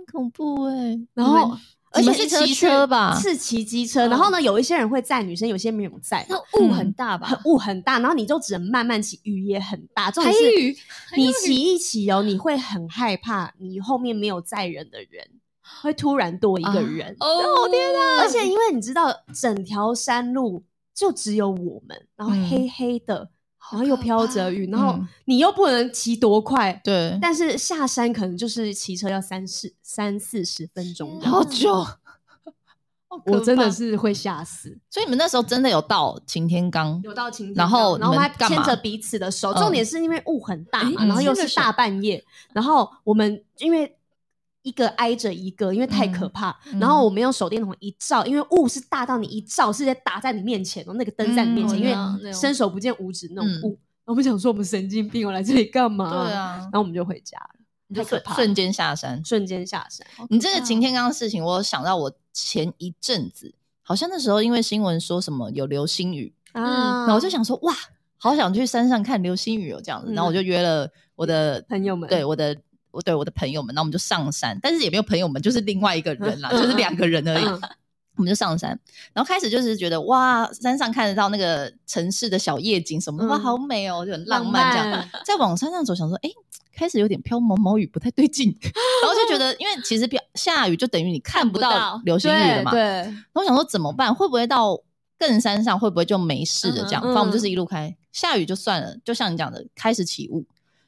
Speaker 1: 很恐怖哎、
Speaker 2: 欸然后。而
Speaker 1: 你
Speaker 2: 且
Speaker 1: 们是骑车
Speaker 2: 去
Speaker 1: 吧
Speaker 2: 是骑机车。然后呢，有一些人会载女生，有些没有载嘛。
Speaker 3: 那雾
Speaker 1: 嗯
Speaker 3: 很大吧？
Speaker 2: 很雾很大，然后你就只能慢慢骑，雨也很大，重点
Speaker 3: 还
Speaker 2: 是
Speaker 3: 雨还
Speaker 2: 你
Speaker 3: 有
Speaker 2: 骑一骑哦，你会很害怕，你后面没有载人的人，会突然多一个人，
Speaker 3: 哦，天哪！
Speaker 2: 而且因为你知道，整条山路就只有我们，然后
Speaker 1: 嗯
Speaker 2: 黑黑的，然后又
Speaker 3: 可
Speaker 2: 飘
Speaker 3: 怕
Speaker 2: 着雨，然后
Speaker 1: 嗯
Speaker 2: 你又不能骑多快。
Speaker 1: 对，
Speaker 2: 但是下山可能就是骑车要三四三四十分钟这样，
Speaker 3: 好
Speaker 1: 好久，
Speaker 2: 我真的，是会吓死。
Speaker 1: 所以你们那时候真的有到擎天岗，
Speaker 2: 有到晴天
Speaker 1: 然后
Speaker 2: 岗然后
Speaker 1: 你
Speaker 2: 我
Speaker 1: 们
Speaker 2: 们
Speaker 1: 干
Speaker 2: 还
Speaker 1: 嘛
Speaker 2: 牵着彼此的手，
Speaker 1: 嗯
Speaker 2: 重点是因为雾很大嘛，
Speaker 1: 诶
Speaker 2: 然后又
Speaker 3: 牵着
Speaker 2: 是
Speaker 3: 手
Speaker 2: 大半夜，然后我们因为。一个挨着一个，因为太可怕。
Speaker 1: 嗯
Speaker 2: 然后我们用手电筒一照，因为雾是大到你一照是在打在你面前，然后那个灯在你面前，
Speaker 1: 嗯我知道
Speaker 2: 因为伸手不见五指那种
Speaker 1: 嗯
Speaker 2: 雾。然后我们想说，我们神经病，我来这里干嘛？
Speaker 1: 对。啊
Speaker 2: 然，后我们就回家了，
Speaker 1: 你
Speaker 2: 太
Speaker 1: 就
Speaker 2: 可
Speaker 1: 瞬
Speaker 2: 怕了
Speaker 1: 瞬间下山。
Speaker 2: 瞬间下山。
Speaker 1: 你这个擎天岗的事情，我有想到我前一阵子，好像那时候因为新闻说什么有流星雨，
Speaker 2: 啊
Speaker 1: 嗯然后我就，想说哇，好想去山上看流星雨哦这样子，然后我就约了我的
Speaker 2: 嗯朋友们
Speaker 1: 对我的我对我的朋友们，那我们就上山，但是也没有朋友们，就是另外一个人啦，
Speaker 2: 嗯
Speaker 1: 就是两个人而已
Speaker 2: 嗯。
Speaker 1: 我们就上山，然后开始就是觉得哇，山上看得到那个城市的小夜景什么的，
Speaker 2: 嗯
Speaker 1: 哇，好美哦，就很浪漫这样。
Speaker 2: 浪漫
Speaker 1: 再往山上走，想说，哎、开始有点飘毛毛雨，不太对劲， 然后就觉得，因为其实飘下雨就等于你看不到流星雨了嘛。然
Speaker 3: 对，
Speaker 1: 后我想说怎么办？会不会到更山上会不会就没事了？这样，
Speaker 2: 嗯嗯
Speaker 1: 反正我们就是一路开，下雨就算了，就像你讲的，开始起雾，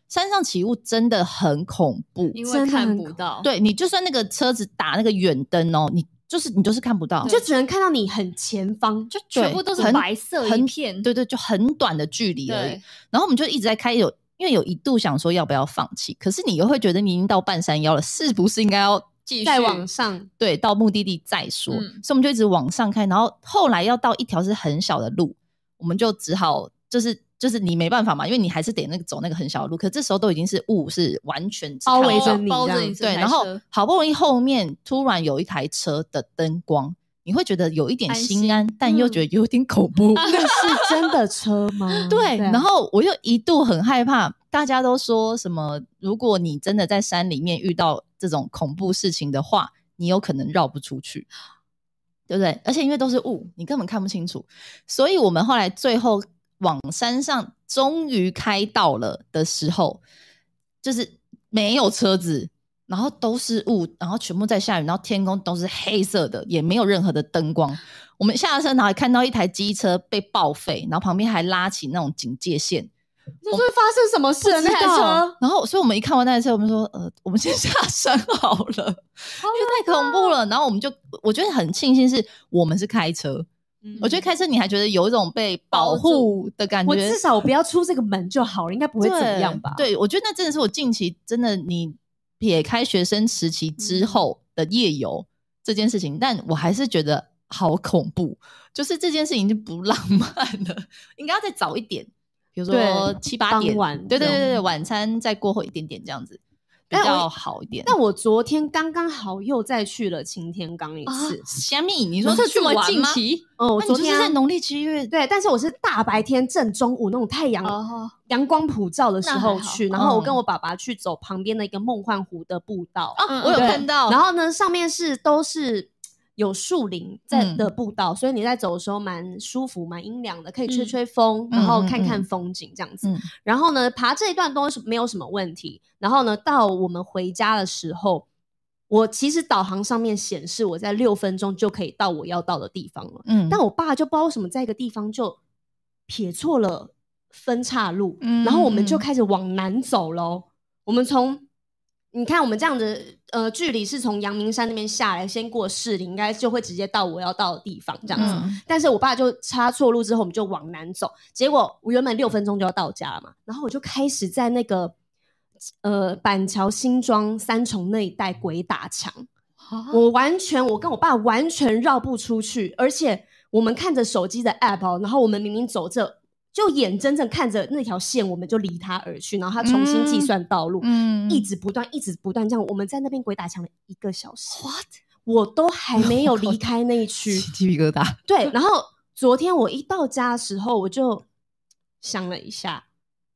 Speaker 1: 山上起雾真的很恐怖。
Speaker 3: 因
Speaker 2: 真
Speaker 3: 为
Speaker 2: 的
Speaker 3: 看
Speaker 2: 很
Speaker 3: 不
Speaker 2: 恐
Speaker 3: 到，
Speaker 1: 对你就算那个车子打那个远灯哦，你就是你就是看不到，
Speaker 2: 你就只能看到你很前方，就
Speaker 1: 对
Speaker 3: 全部都是
Speaker 1: 很
Speaker 3: 白色一
Speaker 1: 很
Speaker 3: 片，
Speaker 1: 对对，就很短的距离而已
Speaker 3: 对。，
Speaker 1: 然后我们就一直在开有，因为有一度想说要不要放弃，可是你又会觉得你已经到半山腰了，是不是应该要
Speaker 3: 继续
Speaker 2: 再往上。
Speaker 1: 对到目的地再说？
Speaker 3: 嗯
Speaker 1: 所以我们就一直往上开，然后后来要到一条是很小的路，我们就只好就是。就是你没办法嘛，因为你还是得那个走那个很小的路，可这时候都已经是雾是完全
Speaker 2: 包围
Speaker 1: 着。
Speaker 2: 着你
Speaker 3: 包
Speaker 2: 这
Speaker 3: 着
Speaker 2: 样
Speaker 3: 你整
Speaker 1: 对，
Speaker 3: 台
Speaker 1: 然后
Speaker 3: 车
Speaker 1: 好不容易后面突然有一台车的灯光，你会觉得有一点
Speaker 3: 安
Speaker 1: 心
Speaker 3: 心嗯
Speaker 1: 安，但又觉得有点恐 怖。
Speaker 2: 那是真的车 吗？
Speaker 1: 嗯对，
Speaker 2: 啊
Speaker 1: 然后我又一度很害怕。大家都说什么？如果你真的在山里面遇到这种恐怖事情的话，你有可能绕不出去， 对不对？而且因为都是雾，你根本看不清楚。所以我们后来最后往山上终于开到了的时候，就是没有车子，然后都是雾，然后全部在下雨，然后天空都是黑色的，也没有任何的灯光。我们下了车，然后还看到一台机车被报废，然后旁边还拉起那种警戒线，
Speaker 2: 就是会发生什么事啊？那台车，
Speaker 1: 然后，所以我们一看完那台车，我们说，呃，我们先 下山好了，因为太恐怖了。然后我们就，我觉得很庆幸是我们是开车，我觉得开车你还觉得有一种被保
Speaker 3: 包住
Speaker 1: 护的感
Speaker 2: 嗯我
Speaker 1: 觉
Speaker 2: 至，少我不要出这个门就好了，应该不会怎么
Speaker 1: 对
Speaker 2: 样吧？，
Speaker 1: 对，我觉得那真的是我近期真的，你撇开学生时期之
Speaker 2: 嗯
Speaker 1: 后的夜游这件事情，但我还是觉得好恐怖，就是这件事情就不浪漫了，应该要再早一点，比如说
Speaker 2: 对
Speaker 1: 七八
Speaker 2: 傍
Speaker 1: 点，
Speaker 2: 晚
Speaker 1: 对对对
Speaker 2: 这
Speaker 1: 对，
Speaker 2: 样
Speaker 1: 晚餐再过后一点点这样子比
Speaker 2: 但我
Speaker 1: 较好一点。
Speaker 2: 但我昨天刚刚好又再去了擎天岗一次，
Speaker 1: 虾米，你
Speaker 3: 你
Speaker 1: 说
Speaker 3: 说
Speaker 1: 去
Speaker 3: 这么
Speaker 1: 玩
Speaker 3: 近
Speaker 1: 吗？
Speaker 3: 期
Speaker 2: 哦，我
Speaker 1: 那你
Speaker 2: 昨
Speaker 1: 就
Speaker 2: 天
Speaker 1: 是
Speaker 2: 啊
Speaker 1: 在农历七月
Speaker 2: 对，但是我是大白天正中午那种太阳
Speaker 3: 哦，
Speaker 2: 阳光普照的时候去，
Speaker 1: 那还好
Speaker 2: 然后我跟
Speaker 1: 嗯
Speaker 2: 我爸爸去走旁边的一个梦幻湖的步道，
Speaker 1: 啊，
Speaker 3: 嗯
Speaker 1: 我有
Speaker 2: 对
Speaker 1: 看到，
Speaker 2: 然后呢，上面是都是有树林在
Speaker 1: 嗯
Speaker 2: 的步道，所以你在走的时候蛮舒服、蛮阴凉的，可以吹
Speaker 3: 嗯
Speaker 2: 吹风，然后
Speaker 1: 嗯嗯
Speaker 2: 看看
Speaker 1: 嗯
Speaker 2: 风景这样子。
Speaker 1: 嗯
Speaker 2: 然后呢，爬这一段都是没有什么问题。然后呢，到我们回家的时候，我其实导航上面显示我在六分钟就可以到我要到的地方了，
Speaker 1: 嗯，
Speaker 2: 但我爸就不知道为什么在一个地方就撇错了分岔路，
Speaker 1: 嗯
Speaker 2: 然后我们就
Speaker 1: 嗯
Speaker 2: 开始往南走喽。我们从你看我们这样的呃距离是从阳明山那边下来，先过士林，应该就会直接到我要到的地方这样子。
Speaker 1: 嗯
Speaker 2: 但是我爸就插错路之后，我们就往南走，结果我原本六分钟就要到家了嘛，然后我就开始在那个呃板桥新庄三重那一带鬼打墙，
Speaker 1: 嗯
Speaker 3: 啊
Speaker 2: 我完全，我跟我爸完全绕不出去，而且我们看着手机的 app，、哦、然后我们明明走着，就眼睁睁看着那条线，我们就离它而去，然后它重新计算道路，
Speaker 1: 嗯
Speaker 2: 一直不断，一直不断这样，我们在那边鬼打墙了一个小时，what？我都还没有离开那一 区，
Speaker 1: 起鸡皮疙瘩，
Speaker 2: 对。然后昨天我一到家的时候，我就想了一下，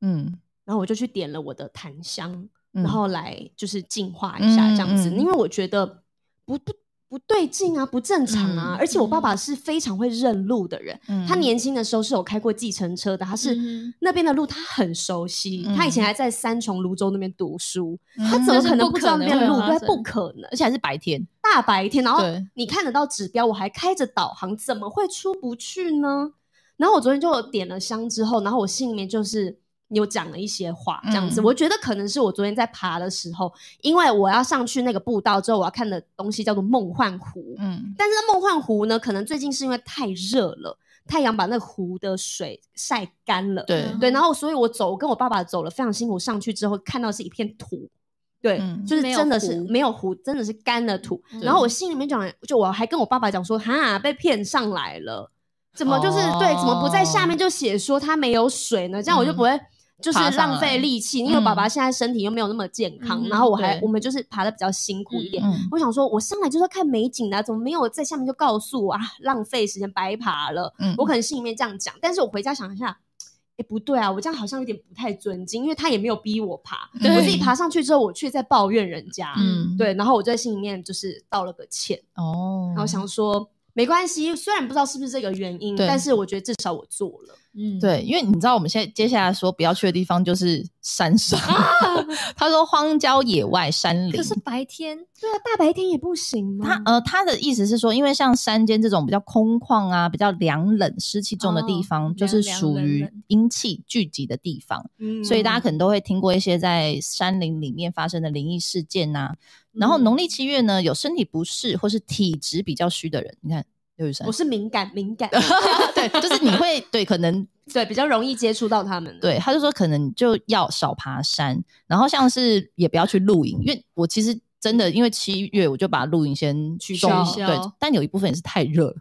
Speaker 1: 嗯，
Speaker 2: 然后我就去点了我的檀香，
Speaker 1: 嗯
Speaker 2: 然后来就是净化一下这样子，
Speaker 1: 嗯嗯
Speaker 2: 因为我觉得不不不对劲啊，不正常啊。
Speaker 1: 嗯
Speaker 2: 而且我爸爸是非常会认路的人，
Speaker 1: 嗯
Speaker 2: 他年轻的时候是有开过计程车的，他是。
Speaker 3: 嗯
Speaker 2: 那边的路他很熟悉，
Speaker 1: 嗯
Speaker 2: 他以前还在三重、泸州那边读书，
Speaker 1: 嗯
Speaker 2: 他怎么可能
Speaker 3: 那是不
Speaker 2: 不知道
Speaker 3: 可
Speaker 2: 那边
Speaker 3: 能
Speaker 2: 的路？
Speaker 3: 会
Speaker 2: 对，
Speaker 3: 发生
Speaker 2: 不可能
Speaker 1: 而。且还是白天，
Speaker 2: 大白天，然后
Speaker 1: 对
Speaker 2: 你看得到指标，我还开着导航，怎么会出不去呢？然后我昨天就点了香之后，然后我心里面就是有讲了一些话，这样子，
Speaker 1: 嗯
Speaker 2: 我觉得可能是我昨天在爬的时候，因为我要上去那个步道之后，我要看的东西叫做梦幻湖，
Speaker 1: 嗯
Speaker 2: 但是那梦幻湖呢，可能最近是因为太热了，太阳把那湖的水晒干了，
Speaker 1: 对
Speaker 2: 对，然后所以我走，我跟我爸爸走了非常辛苦，上去之后看到是一片土，对，
Speaker 1: 嗯
Speaker 2: 就是
Speaker 3: 没有
Speaker 2: 真的是
Speaker 3: 湖
Speaker 2: 没有湖，真的是干的土。
Speaker 3: 嗯
Speaker 2: 然后我心里面讲，就我还跟我爸爸讲说，哈，被骗上来了，怎么就是、对，怎么不在下面就写说它没有水呢？这样我就不会。就是
Speaker 1: 哦嗯爬上
Speaker 2: 浪
Speaker 1: 来嗯
Speaker 2: 费力气，因为我爸爸现在身体又没有那么健康，
Speaker 3: 嗯
Speaker 2: 然后我还
Speaker 1: 对
Speaker 2: 我们就是爬的比较辛苦一点，
Speaker 1: 嗯
Speaker 2: 我想说，我上来就是要看美景的啊、怎么没有在下面就告诉我啊？浪费时间，白爬了。
Speaker 1: 嗯
Speaker 2: 我可能心里面这样讲，但是我回家想一下，哎、不对啊，我这样好像有点不太尊敬，因为他也没有逼我爬，
Speaker 1: 对
Speaker 2: 我自己爬上去之后，我却在抱怨人家。
Speaker 1: 嗯，
Speaker 2: 对，然后我就在心里面就是道了个歉，
Speaker 1: 哦，
Speaker 2: 然后想说没关系，虽然不知道是不是这个原因，
Speaker 1: 对
Speaker 2: 但是我觉得至少我做了。
Speaker 3: 嗯，
Speaker 1: 对，因为你知道我们现在接下来说不要去的地方就是山上，他说荒郊野外、山林
Speaker 3: 可。是白天
Speaker 2: 对啊，大白天也不行吗？
Speaker 1: 他呃，他的意思是说，因为像山间这种比较空旷啊、比较凉冷、湿气重的地
Speaker 2: 哦
Speaker 1: 方，就
Speaker 3: 凉
Speaker 1: 是
Speaker 3: 凉
Speaker 1: 属
Speaker 3: 冷
Speaker 1: 于
Speaker 3: 冷
Speaker 1: 阴气聚集的地方，
Speaker 2: 嗯
Speaker 1: 所以大家可能都会听过一些在山林里面发生的灵异事件呐、然
Speaker 3: 嗯
Speaker 1: 后农历七月呢，有身体不适或是体质比较虚的人，你看刘雨珊
Speaker 2: 我，是敏感敏感，
Speaker 1: 对，就是你会对可能
Speaker 2: 对，比较容易接触到他们。，
Speaker 1: 对，他就说可能就要少爬山，然后像是也不要去露营，因为我其实真的因为七月我就把露营先
Speaker 2: 取
Speaker 1: 中
Speaker 2: 消
Speaker 1: 对，但有一部分也是 太热了，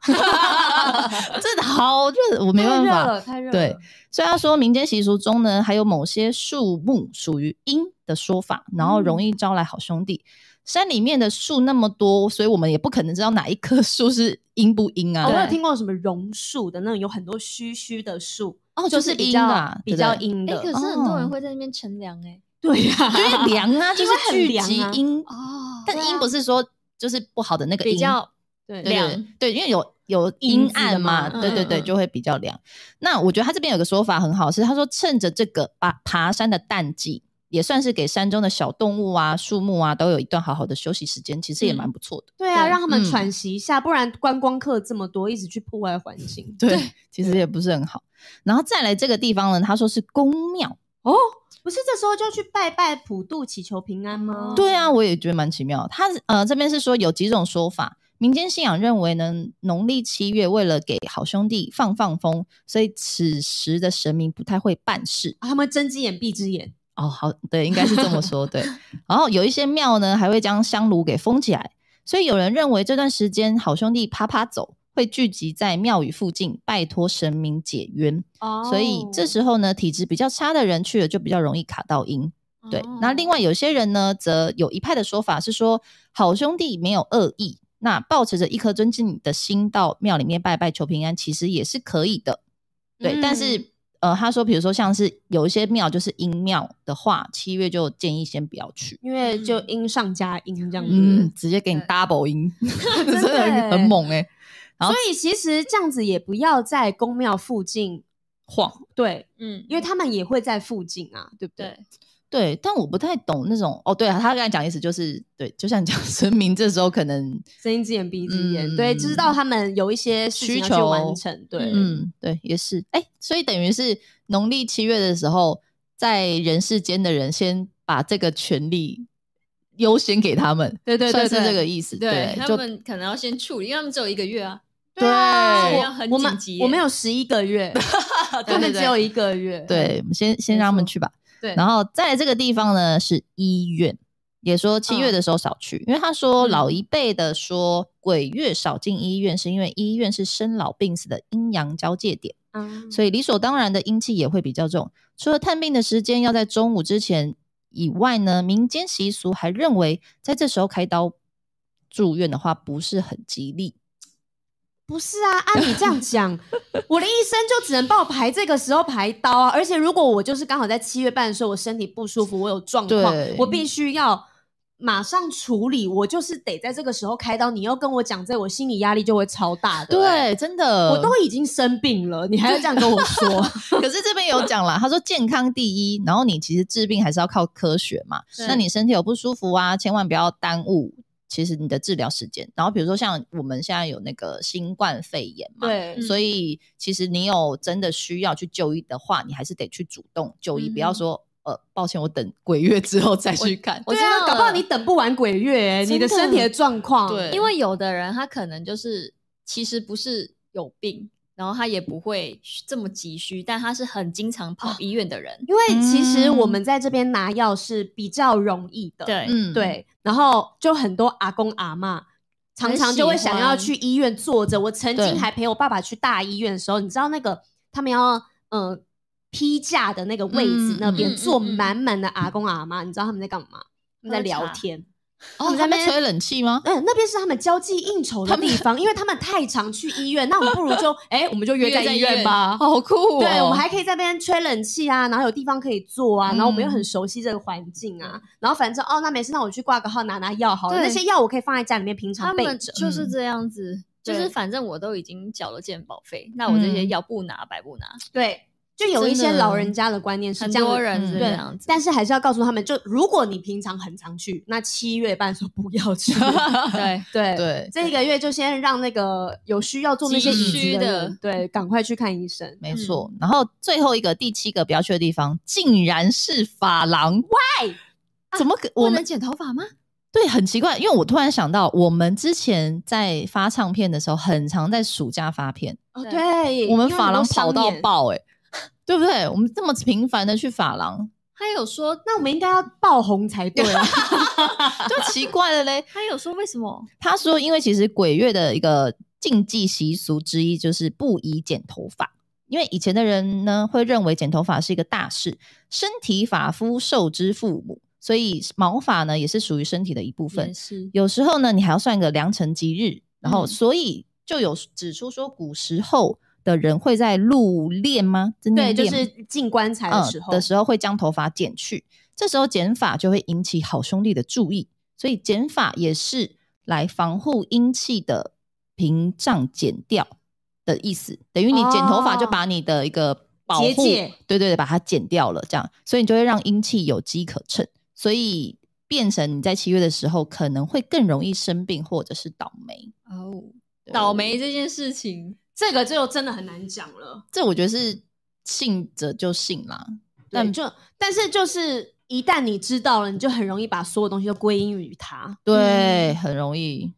Speaker 1: 真的好热，我没
Speaker 3: 太
Speaker 1: 办
Speaker 3: 热
Speaker 1: 法。
Speaker 3: 了，太热了。
Speaker 1: 对，虽然说民间习俗中呢，还有某些树木属于阴的说法，然后容
Speaker 2: 嗯
Speaker 1: 易招来好兄弟。山里面的树那么多，所以我们也不可能知道哪一棵树是阴不阴啊。
Speaker 2: 哦、我有
Speaker 3: 对
Speaker 2: 听过什么榕树的那种，有很多须须的树，
Speaker 1: 哦
Speaker 2: 就
Speaker 1: 就是
Speaker 2: 是比
Speaker 1: 阴
Speaker 2: 较
Speaker 1: 啊
Speaker 2: 比较
Speaker 1: 对不对
Speaker 2: 阴
Speaker 3: 哎，
Speaker 2: 的。
Speaker 3: 可是很多
Speaker 1: 哦
Speaker 3: 人会在那边乘凉，哎，
Speaker 2: 对呀、
Speaker 1: 因为凉啊，就
Speaker 2: 因
Speaker 1: 是
Speaker 2: 为很
Speaker 1: 聚
Speaker 2: 凉
Speaker 1: 集
Speaker 2: 啊
Speaker 1: 阴
Speaker 3: 哦
Speaker 1: 但阴不是说就是不好的那个阴，
Speaker 3: 比较
Speaker 2: 对
Speaker 1: 对
Speaker 3: 凉
Speaker 1: 对对，因为有有阴暗嘛，
Speaker 2: 阴字嘛
Speaker 1: 对对对，
Speaker 3: 嗯嗯嗯
Speaker 1: 就会比较凉。那我觉得他这边有个说法很好，是他说趁着这个爬爬山的淡季，也算是给山中的小动物啊、树木啊都有一段好好的休息时间，其实也蛮不错的。
Speaker 2: 对啊，
Speaker 3: 对
Speaker 2: 让他们
Speaker 1: 嗯
Speaker 2: 喘息一下，不然观光客这么多，一直去破坏环境。
Speaker 1: 对，其实也不是很好。然后再来这个地方呢，他说是宫庙，
Speaker 2: 哦，不是这时候就去拜拜普渡祈求平安吗？
Speaker 3: 哦
Speaker 1: 对啊，我也觉得蛮奇妙的。他呃这边是说有几种说法，民间信仰认为呢，农历七月为了给好兄弟放放风，所以此时的神明不太会办事。
Speaker 2: 啊他们睁只眼闭只眼，
Speaker 1: 哦，好，对，应该是这么说，对。然后有一些庙呢，还会将香炉给封起来，所以有人认为这段时间好兄弟啪啪走，会聚集在庙宇附近，拜托神明解冤。
Speaker 2: 哦
Speaker 1: 所以这时候呢，体质比较差的人去了就比较容易卡到阴。对，那另外有些人呢，则有一派的说法是说，好兄弟没有恶意，那抱持着一颗尊敬的心到庙里面拜拜求平安，其实也是可以的。对，但
Speaker 2: 嗯
Speaker 1: 是呃，他说，比如说像是有一些庙就是阴庙的话，七月就建议先不要去，
Speaker 2: 因为就阴上加阴这样子。
Speaker 1: 嗯，直接给你
Speaker 3: 对
Speaker 1: double 阴，真
Speaker 2: 的
Speaker 1: 的
Speaker 2: 耶
Speaker 1: 很猛哎、
Speaker 2: 所以其实这样子也不要在宫庙附近，
Speaker 1: 晃。
Speaker 2: 对，
Speaker 3: 嗯，
Speaker 2: 因为他们也会在附近啊，对不对？
Speaker 3: 对，
Speaker 1: 对，但我不太懂那种哦，对啊，他刚才讲的意思就是，对，就像你讲神明这时候可能
Speaker 2: 睁一只眼闭一只眼，
Speaker 1: 嗯
Speaker 2: 对，知道他们有一些事情要
Speaker 1: 需
Speaker 2: 去
Speaker 1: 求
Speaker 2: 完成，对，
Speaker 1: 嗯，对，也是。哎、所以等于是农历七月的时候，在人世间的人先把这个权利优先给他们，
Speaker 2: 对对对
Speaker 1: 算是这
Speaker 2: 对
Speaker 1: 个意思。
Speaker 3: 对他
Speaker 1: 就
Speaker 3: 们可能要先处理，因为他们只有一个月啊，
Speaker 1: 对
Speaker 2: 啊
Speaker 3: 所以
Speaker 1: 对
Speaker 3: 要很
Speaker 2: 我
Speaker 3: 紧
Speaker 2: 们
Speaker 3: 急耶。
Speaker 2: 我们有十一个月，他
Speaker 1: 对
Speaker 2: 们
Speaker 1: 对
Speaker 2: 只有一个月，
Speaker 1: 对，我们先先让他们去吧。
Speaker 3: 对
Speaker 1: 然后在这个地方呢是医院，也说七月
Speaker 2: 嗯
Speaker 1: 的时候少去，因为他说
Speaker 2: 嗯
Speaker 1: 老一辈的说鬼月少进医院，是因为医院是生老病死的阴阳交界点。
Speaker 2: 嗯，
Speaker 1: 所以理所当然的阴气也会比较重。除了探病的时间要在中午之前以外呢，民间习俗还认为在这时候开刀住院的话不是很吉利。
Speaker 2: 不是啊，按你这样 讲，我的医生就只能帮我排这个时候排刀啊。而且如果我就是刚好在七月半的时候，我身体不舒服，我有状况
Speaker 1: 对，
Speaker 2: 我必须要马上处理，我就是得在这个时候开刀。你又跟我讲这，我心理压力就会超大的、欸。
Speaker 1: 对，真的，
Speaker 2: 我都已经生病了，你还要这样跟我 说？
Speaker 1: 可是这边有讲啦，他说健康第一，然后你其实治病还是要靠科学嘛。
Speaker 3: 是
Speaker 1: 那你身体有不舒服啊，千万不要耽误。其实你的治疗时间，然后比如说像我们现在有那个新冠肺炎嘛，
Speaker 2: 对啊
Speaker 1: 所以其实你有真的需要去就医的话，你还是得去主动就医，不要
Speaker 3: 嗯
Speaker 1: 说呃，抱歉，我等鬼月之后再去看。
Speaker 3: 我
Speaker 2: 对
Speaker 3: 知道
Speaker 2: 啊，
Speaker 3: 了
Speaker 2: 搞不好你等不完鬼月、欸，你的
Speaker 1: 呃真的
Speaker 2: 身体的状况，
Speaker 1: 对
Speaker 3: 因为有的人他可能就是其实不是有病，然后他也不会这么急需，但他是很经常跑医院的人。
Speaker 2: 因为其实
Speaker 1: 嗯
Speaker 2: 我们在这边拿药是比较容易的，
Speaker 3: 对，
Speaker 1: 嗯，
Speaker 2: 对，然后就很多阿公阿嬷常
Speaker 3: 很
Speaker 2: 常就会
Speaker 3: 喜
Speaker 2: 想要
Speaker 3: 欢
Speaker 2: 去医院坐着。我曾
Speaker 1: 对
Speaker 2: 经还陪我爸爸去大医院的时候，你知道那个他们要嗯、呃批假的那个位置
Speaker 1: 嗯
Speaker 2: 那
Speaker 1: 嗯
Speaker 2: 边
Speaker 3: 嗯
Speaker 2: 坐
Speaker 3: 嗯
Speaker 2: 满满的阿公阿嬷，你知道他们在干嘛？他们在
Speaker 3: 喝
Speaker 2: 聊
Speaker 3: 茶
Speaker 2: 天。
Speaker 1: 哦，
Speaker 2: 他
Speaker 1: 他
Speaker 2: 们在那边
Speaker 1: 们在那边吹冷 气吗？
Speaker 2: 嗯，那边是他们交际应酬的地方，因为他们太常去医院，那我们不如就哎、我们就约
Speaker 3: 约
Speaker 2: 在
Speaker 3: 在
Speaker 2: 医
Speaker 3: 医
Speaker 2: 院
Speaker 3: 院
Speaker 2: 吧。
Speaker 1: 好酷哦！
Speaker 2: 对，我 们还可以在那边吹冷气啊，然后有地方可以坐啊，然后我们又很熟悉这个环境啊，然后反正哦，那没事，那我去挂个号拿拿药好了，
Speaker 3: 对
Speaker 2: 那些药我可以放在家里面平
Speaker 3: 他
Speaker 2: 常备
Speaker 3: 们
Speaker 2: 着。
Speaker 3: 就是这样子，就
Speaker 2: 对
Speaker 3: 是反正我都已经缴了健保费，那我这些
Speaker 1: 嗯
Speaker 3: 药不拿白不拿，
Speaker 2: 对，就有一些
Speaker 1: 真的
Speaker 2: 老人家的观念是
Speaker 3: 很
Speaker 2: 这样的，
Speaker 3: 多人是
Speaker 1: 嗯
Speaker 3: 这
Speaker 2: 对
Speaker 3: 样子。
Speaker 2: 但是还是要告诉他们，就如果你平常很常去，那七月半说不要去，
Speaker 3: 对，
Speaker 2: 对。
Speaker 1: 对，
Speaker 2: 这一个月就先让那个有需要做那些
Speaker 3: 急
Speaker 2: 椅
Speaker 3: 需
Speaker 2: 子
Speaker 3: 的
Speaker 2: 人对，赶快去看医生。
Speaker 1: 没错。然后最后一个第七个不要去的地方，竟然是发廊。
Speaker 2: Why？
Speaker 1: 怎么可？
Speaker 3: 不
Speaker 1: 我们
Speaker 3: 能剪头发吗？
Speaker 1: 对，很奇怪，因为我突然想到，我们之前在发唱片的时候，很常在暑假发片，
Speaker 2: 哦，
Speaker 3: 对
Speaker 2: 对，
Speaker 1: 我们
Speaker 2: 因为
Speaker 1: 法
Speaker 2: 很多
Speaker 1: 郎跑
Speaker 2: 商
Speaker 1: 到
Speaker 2: 演，
Speaker 1: 爆、欸， 对不对？我们这么频繁的去法郎，
Speaker 3: 他有说，
Speaker 2: 那我们应该要爆红才对啊。
Speaker 1: 就奇怪了嘞。
Speaker 3: 他有说为什么？
Speaker 1: 他说，因为其实鬼月的一个禁忌习俗之一就是不宜剪头发，因为以前的人呢会认为剪头发是一个大事，身体发肤受之父母，所以毛发呢也是属于身体的一部分
Speaker 3: 也。是
Speaker 1: 有时候呢，你还要算个良辰吉日，然后
Speaker 3: 嗯
Speaker 1: 所以就有指出说，古时候的人会在露殓吗？真的
Speaker 2: 对，就是进棺材的
Speaker 1: 嗯
Speaker 2: 时候，
Speaker 1: 的时候会将头发剪去，这时候剪发就会引起好兄弟的注意，所以剪发也是来防护阴气的屏障剪掉的意思，等于你剪头发就
Speaker 2: 哦
Speaker 1: 把你的一个保护，
Speaker 2: 结界
Speaker 1: 对对对，把它剪掉了，这样，所以你就会让阴气有机可乘，所以变成你在七月的时候可能会更容易生病或者是倒霉。
Speaker 3: 哦，
Speaker 1: 对
Speaker 3: 倒霉这件事情，
Speaker 2: 这个就真的很难讲了。
Speaker 1: 这我觉得是信者就信啦，
Speaker 2: 但
Speaker 1: 但
Speaker 2: 就但是就是一旦你知道了，你就很容易把所有东西都归因于它。
Speaker 1: 对，很容易，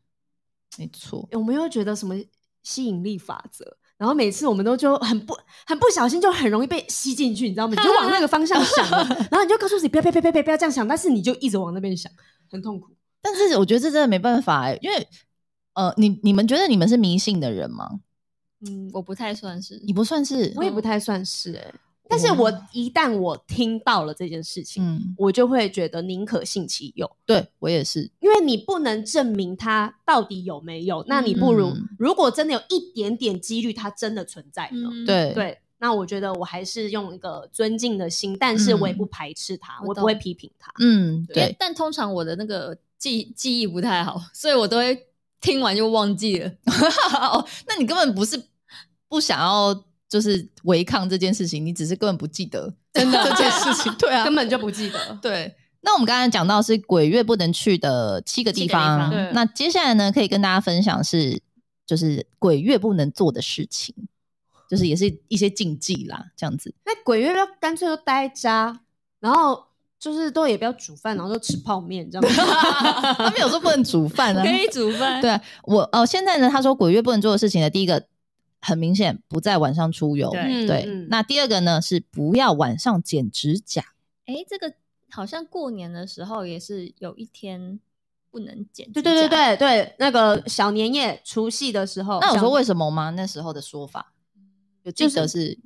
Speaker 1: 没错。
Speaker 2: 我们又觉得什么吸引力法则，然后每次我们都就很不很不小心，就很容易被吸进去，你知道吗？你就往那个方向想 了，然后你就告诉自己不要不要不要不要不要这样想，但是你就一直往那边想，很痛苦。
Speaker 1: 但是我觉得这真的没办法、欸，因为呃，你你们觉得你们是迷信的人吗？
Speaker 3: 嗯，我不太算是
Speaker 1: 你不算是
Speaker 2: 我，也不太算是
Speaker 1: 嗯
Speaker 2: 哎、但是我一旦我听到了这件事情，
Speaker 1: 嗯，
Speaker 2: 我就会觉得宁可信其有。
Speaker 1: 对我也是，
Speaker 2: 因为你不能证明它到底有没有，那你不如、
Speaker 1: 嗯
Speaker 2: 如果真的有一点点几率它真的存在呢？
Speaker 3: 嗯，
Speaker 1: 对，
Speaker 2: 哦对，那我觉得我还是用一个尊敬的心，但是我也不排斥它，嗯
Speaker 3: 我
Speaker 2: 我不
Speaker 3: 懂
Speaker 2: 会批评它。
Speaker 1: 嗯，
Speaker 3: 因为
Speaker 1: 对，
Speaker 3: 但通常我的那个记记忆不太好，所以我都会听完就忘记了。
Speaker 1: 哦，那你根本不是不想要就是违抗这件事情，你只是根本不记得真的这件事情，对啊，，
Speaker 2: 根本就不记得
Speaker 1: 对。那我们刚才讲到是鬼月不能去的七个
Speaker 3: 七
Speaker 1: 地
Speaker 3: 个地
Speaker 1: 方，
Speaker 3: 方
Speaker 2: 对
Speaker 1: 那接下来呢，可以跟大家分享是就是鬼月不能做的事情，就是也是一些禁忌啦，这样子。
Speaker 2: 那鬼月要干脆就待在家，然后就是都也不要煮饭，然后就吃泡面这样 子。
Speaker 1: 他们有说不能煮饭啊，
Speaker 3: 可以煮饭，
Speaker 1: 对我哦，现在呢，他说鬼月不能做的事情呢，第一个很明显不在晚上出游，
Speaker 3: 对
Speaker 2: 嗯
Speaker 1: 对。
Speaker 2: 嗯
Speaker 1: 那第二个呢是不要晚上剪指甲，
Speaker 3: 哎、诶，这个好像过年的时候也是有一天不能剪指
Speaker 2: 对
Speaker 3: 甲，
Speaker 2: 对对对对，那个小年夜除夕的时候，
Speaker 1: 那有
Speaker 2: 小
Speaker 1: 说为什么吗？那时候的说法，有记
Speaker 2: 就是
Speaker 1: 得是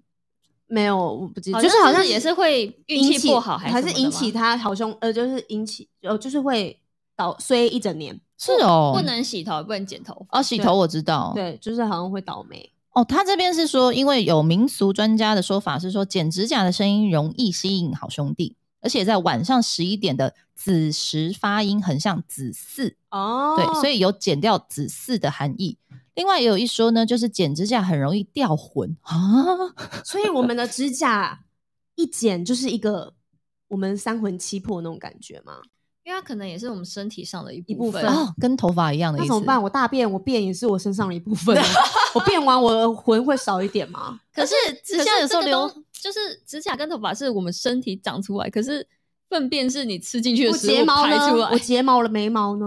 Speaker 2: 没有，我不记得，
Speaker 3: 好
Speaker 2: 就
Speaker 3: 像
Speaker 2: 是好像
Speaker 3: 也是会运
Speaker 2: 引
Speaker 3: 气
Speaker 2: 起
Speaker 3: 不好还
Speaker 2: 还
Speaker 3: 是
Speaker 2: 是
Speaker 3: 什么
Speaker 2: 引
Speaker 3: 的
Speaker 2: 起
Speaker 3: 吧
Speaker 2: 他好凶，呃，就是引起呃，就是会倒衰一整年。
Speaker 1: 是哦，
Speaker 3: 不能洗头，不能剪头发。
Speaker 1: 哦，洗
Speaker 2: 对
Speaker 1: 头我知道，
Speaker 2: 对，就是好像会倒霉。
Speaker 1: 哦，他这边是说，因为有民俗专家的说法是说，剪指甲的声音容易吸引好兄弟，而且在晚上十一点的子时发音很像子嗣，
Speaker 2: 哦，
Speaker 1: 对，所以有剪掉子嗣的含义。另外也有一说呢，就是剪指甲很容易掉魂啊，
Speaker 2: 所以我们的指甲一剪就是一个我们三魂七魄那种感觉嘛。
Speaker 3: 因为它可能也是我们身体上的一
Speaker 2: 一部
Speaker 3: 分。
Speaker 2: 分
Speaker 1: 哦，跟头发一样的意
Speaker 2: 那
Speaker 1: 思。
Speaker 2: 怎么办？？我大便，我便也是我身上的一部 分啊。我变完，我的魂会少一点吗？
Speaker 3: 可是
Speaker 1: 指甲有时候
Speaker 3: 可是这个
Speaker 1: 留
Speaker 3: 东，就是指甲跟头发是我们身体长出来，可是粪便是你吃进去
Speaker 2: 我
Speaker 3: 的食
Speaker 2: 睫
Speaker 3: 物
Speaker 2: 毛
Speaker 3: 排出
Speaker 2: 呢？我
Speaker 3: 来，
Speaker 2: 睫毛了，眉毛呢？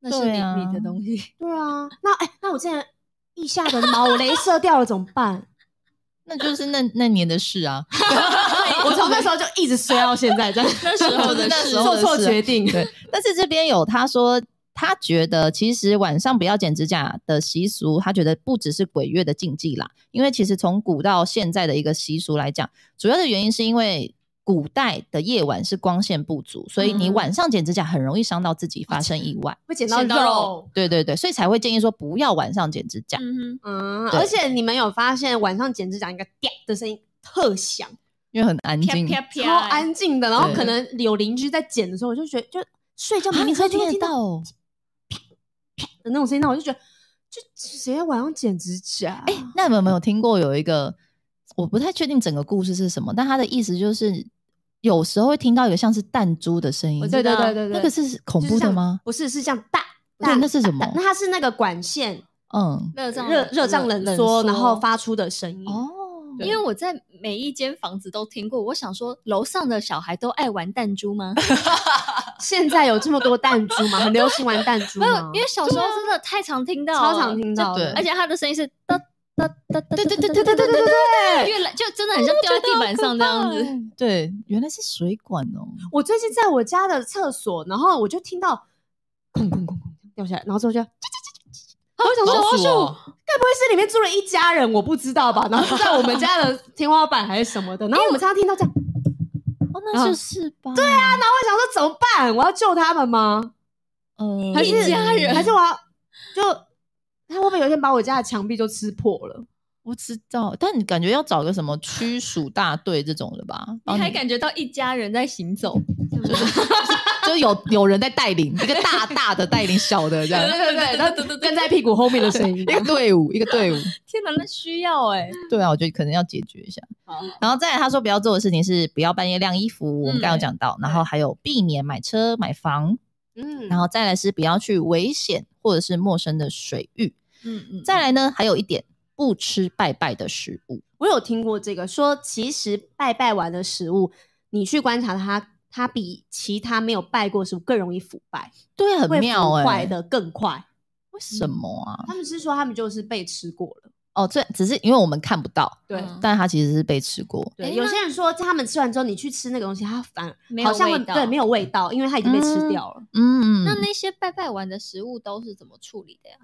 Speaker 3: 那是
Speaker 1: 对
Speaker 3: 你、
Speaker 1: 啊
Speaker 3: 你的东西。
Speaker 2: 对啊，那哎、那我现在腋下的毛， 我镭射掉了怎么办？
Speaker 1: 那就是那那年的事 啊。
Speaker 2: 我从那时候就一直衰到现在，这样
Speaker 3: 那时 候的
Speaker 1: 那时
Speaker 3: 事
Speaker 1: 候
Speaker 2: 做
Speaker 1: 的
Speaker 2: 错
Speaker 1: 事
Speaker 2: 决定。
Speaker 1: 对，但是这边有他说，他觉得其实晚上不要剪指甲的习俗，他觉得不只是鬼月的禁忌啦，因为其实从古到现在的一个习俗来讲，主要的原因是因为。古代的夜晚是光线不足，所以你
Speaker 2: 嗯
Speaker 1: 晚上剪指甲很容易伤到自己，发生意 外。
Speaker 2: 会剪
Speaker 3: 到
Speaker 2: 到
Speaker 3: 肉
Speaker 2: 肉。
Speaker 1: 对对对，所以才会建议说不要晚上剪指甲。
Speaker 3: 嗯哼，
Speaker 2: 嗯，
Speaker 1: 对
Speaker 2: 而且你们有发现晚上剪指甲那个“嗲”的声音特响，
Speaker 1: 因为很安
Speaker 3: 啪
Speaker 1: 静。啊
Speaker 3: 啪啪，
Speaker 2: 超安静的。然后
Speaker 1: 对
Speaker 2: 可能有邻居在剪的时候，我就觉得就睡觉
Speaker 1: 啊
Speaker 2: 明明
Speaker 1: 会
Speaker 2: 就会听到
Speaker 1: 哦？
Speaker 2: 的那种声音，那我就觉得就谁在晚上剪指甲？
Speaker 1: 哎、那你们有
Speaker 2: 啊
Speaker 1: 没有听过有一个？我不太确定整个故事是什么，但他的意思就是有时候会听到一个像是弹珠的声音
Speaker 3: 我，知
Speaker 2: 哦对对
Speaker 3: 道
Speaker 2: 对对对，
Speaker 1: 那个是恐怖的吗？
Speaker 2: 就是像不是，是像大
Speaker 1: 对，
Speaker 2: 大。
Speaker 1: 那是什么
Speaker 2: 大？那它是那个管线
Speaker 1: 嗯，
Speaker 3: 热胀
Speaker 2: 热热胀冷缩，然后发出的声音。
Speaker 1: 哦
Speaker 3: 因为我在每一间房子都听过，我想说楼上的小孩都爱玩弹珠吗？
Speaker 2: 现在有这么多弹珠吗？很流行玩弹珠
Speaker 3: 没有
Speaker 2: 吗，
Speaker 3: 因？为小时候真的太常听到了，
Speaker 2: 哦超常听到
Speaker 1: 对
Speaker 2: 的，
Speaker 3: 而且它的声音是哒哒哒哒，
Speaker 1: 对对对对对对对
Speaker 3: 对，越来就真的很像掉在地板上这样子。
Speaker 1: 对，对，原来是水管 哦，
Speaker 2: 我最近在我家的厕所，然后我就听到空空空空掉下来，然后之后就，然后我想说，
Speaker 1: 老鼠哦
Speaker 2: 该不会是里面住了一家人？我不知道吧？然后是在我们家的天花板还是什么的，然后我们常常听到这样，我
Speaker 1: 哦，那
Speaker 2: 啊
Speaker 1: 就是吧？对啊，
Speaker 2: 想说怎么办？我要救他们吗？
Speaker 1: 嗯，
Speaker 2: 呃还是
Speaker 3: 一家人
Speaker 2: 还是我要就他会不会有一天把我家的墙壁就吃破了？
Speaker 1: 不知道，但你感觉要找个什么驱鼠大队这种的吧？帮
Speaker 3: 你还感觉到一家人在行走，
Speaker 1: 就有有人在带领一个大大的带领小的这样
Speaker 2: 对， 对对，然后跟在屁股后面的声音
Speaker 1: 一。个队伍，一个队伍。
Speaker 3: 天哪，那需要哎、
Speaker 1: 对啊，我觉得可能要解决一下。然后再来，他说不要做的事情是不要半夜晾衣服，我们
Speaker 3: 嗯
Speaker 1: 刚刚有讲到，然后还有避免买车买房，
Speaker 2: 嗯，
Speaker 1: 然后再来是不要去危险或者是陌生的水域。
Speaker 3: 嗯嗯，
Speaker 1: 再来呢，还有一点不吃拜拜的食物。
Speaker 2: 我有听过这个，说其实拜拜完的食物，你去观察它，它比其他没有拜过的食物更容易腐败，
Speaker 1: 对，很
Speaker 2: 会
Speaker 1: 妙
Speaker 2: 腐
Speaker 1: 哎、
Speaker 2: 坏的更快。
Speaker 1: 为什么啊？
Speaker 2: 他们是说他们就是被吃过了，
Speaker 1: 哦，这只是因为我们看不到，
Speaker 2: 对
Speaker 3: 嗯
Speaker 1: 但它其实是被吃过。
Speaker 2: 对。
Speaker 3: 诶
Speaker 2: 有
Speaker 3: 那
Speaker 2: 些人说他们吃完之后，你去吃那个东西，它反
Speaker 3: 没
Speaker 2: 而
Speaker 3: 有
Speaker 2: 好像会
Speaker 3: 味道
Speaker 2: 对没有味道，因为它已经被吃掉了。
Speaker 1: 嗯，
Speaker 3: 那
Speaker 1: 嗯
Speaker 3: 那些拜拜完的食物都是怎么处理的呀？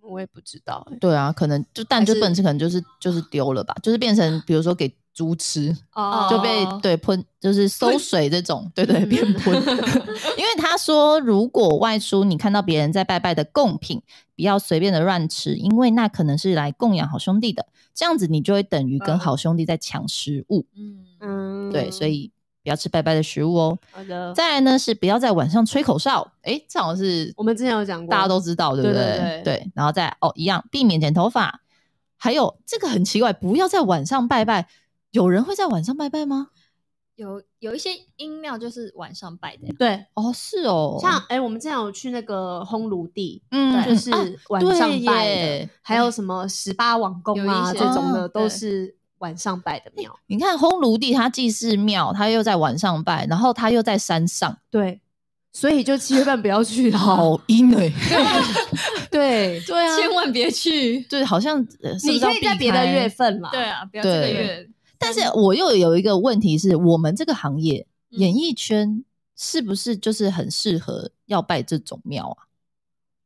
Speaker 2: 我也不知道、欸、
Speaker 1: 对啊，可能就但
Speaker 2: 还
Speaker 1: 就
Speaker 2: 是
Speaker 1: 本质可能就是就是丢了吧，就是变成比如说给猪吃，
Speaker 2: 哦嗯
Speaker 1: 就被对喷，就是馊水这种，对 对，变喷。因为他说，如果外出你看到别人在拜拜的贡品，不要随便的乱吃，因为那可能是来供养好兄弟的，这样子你就会等于跟好兄弟在抢食物。
Speaker 3: 嗯嗯，
Speaker 2: 嗯
Speaker 1: 对，所以不要吃拜拜的食物哦。
Speaker 2: 好的，
Speaker 1: 再来呢是不要在晚上吹口哨，诶，这好像是
Speaker 2: 我们之前有讲过，
Speaker 1: 大家都知道，对不
Speaker 2: 对
Speaker 1: 对
Speaker 2: 对对
Speaker 1: 然后再哦，一样避免剪头发，还有这个很奇怪，不要在晚上拜拜。有人会在晚上拜拜吗？
Speaker 3: 有有一些音庙就是晚上拜的呀，
Speaker 2: 对。
Speaker 1: 哦，是哦，
Speaker 2: 像哎、我们之前有去那个烘炉地，
Speaker 1: 嗯
Speaker 2: 就
Speaker 1: 啊
Speaker 2: 是晚上
Speaker 1: 对
Speaker 2: 拜的，
Speaker 1: 耶
Speaker 2: 还有什么十八王公啊
Speaker 3: 有一
Speaker 2: 这
Speaker 3: 些
Speaker 2: 种的，
Speaker 1: 嗯
Speaker 2: 都
Speaker 3: 对
Speaker 2: 是晚上拜的庙。
Speaker 1: 你看烘炉地，它既是庙，它又在晚上拜，然后它又在山上，
Speaker 2: 对，所以就七月份不要去啊。
Speaker 1: 阴 哎、
Speaker 2: 对，
Speaker 1: 对啊，
Speaker 3: 千万别去。
Speaker 1: 对，好像、呃、是不
Speaker 2: 你
Speaker 1: 是要
Speaker 2: 可以在
Speaker 1: 避
Speaker 2: 别的
Speaker 1: 开
Speaker 2: 月份啦。
Speaker 3: 对，啊，不要这个
Speaker 1: 对
Speaker 3: 月。
Speaker 1: 但是我又有一个问题是，我们这个行业、
Speaker 3: 嗯
Speaker 1: 演艺圈是不是就是很适合要拜这种庙啊？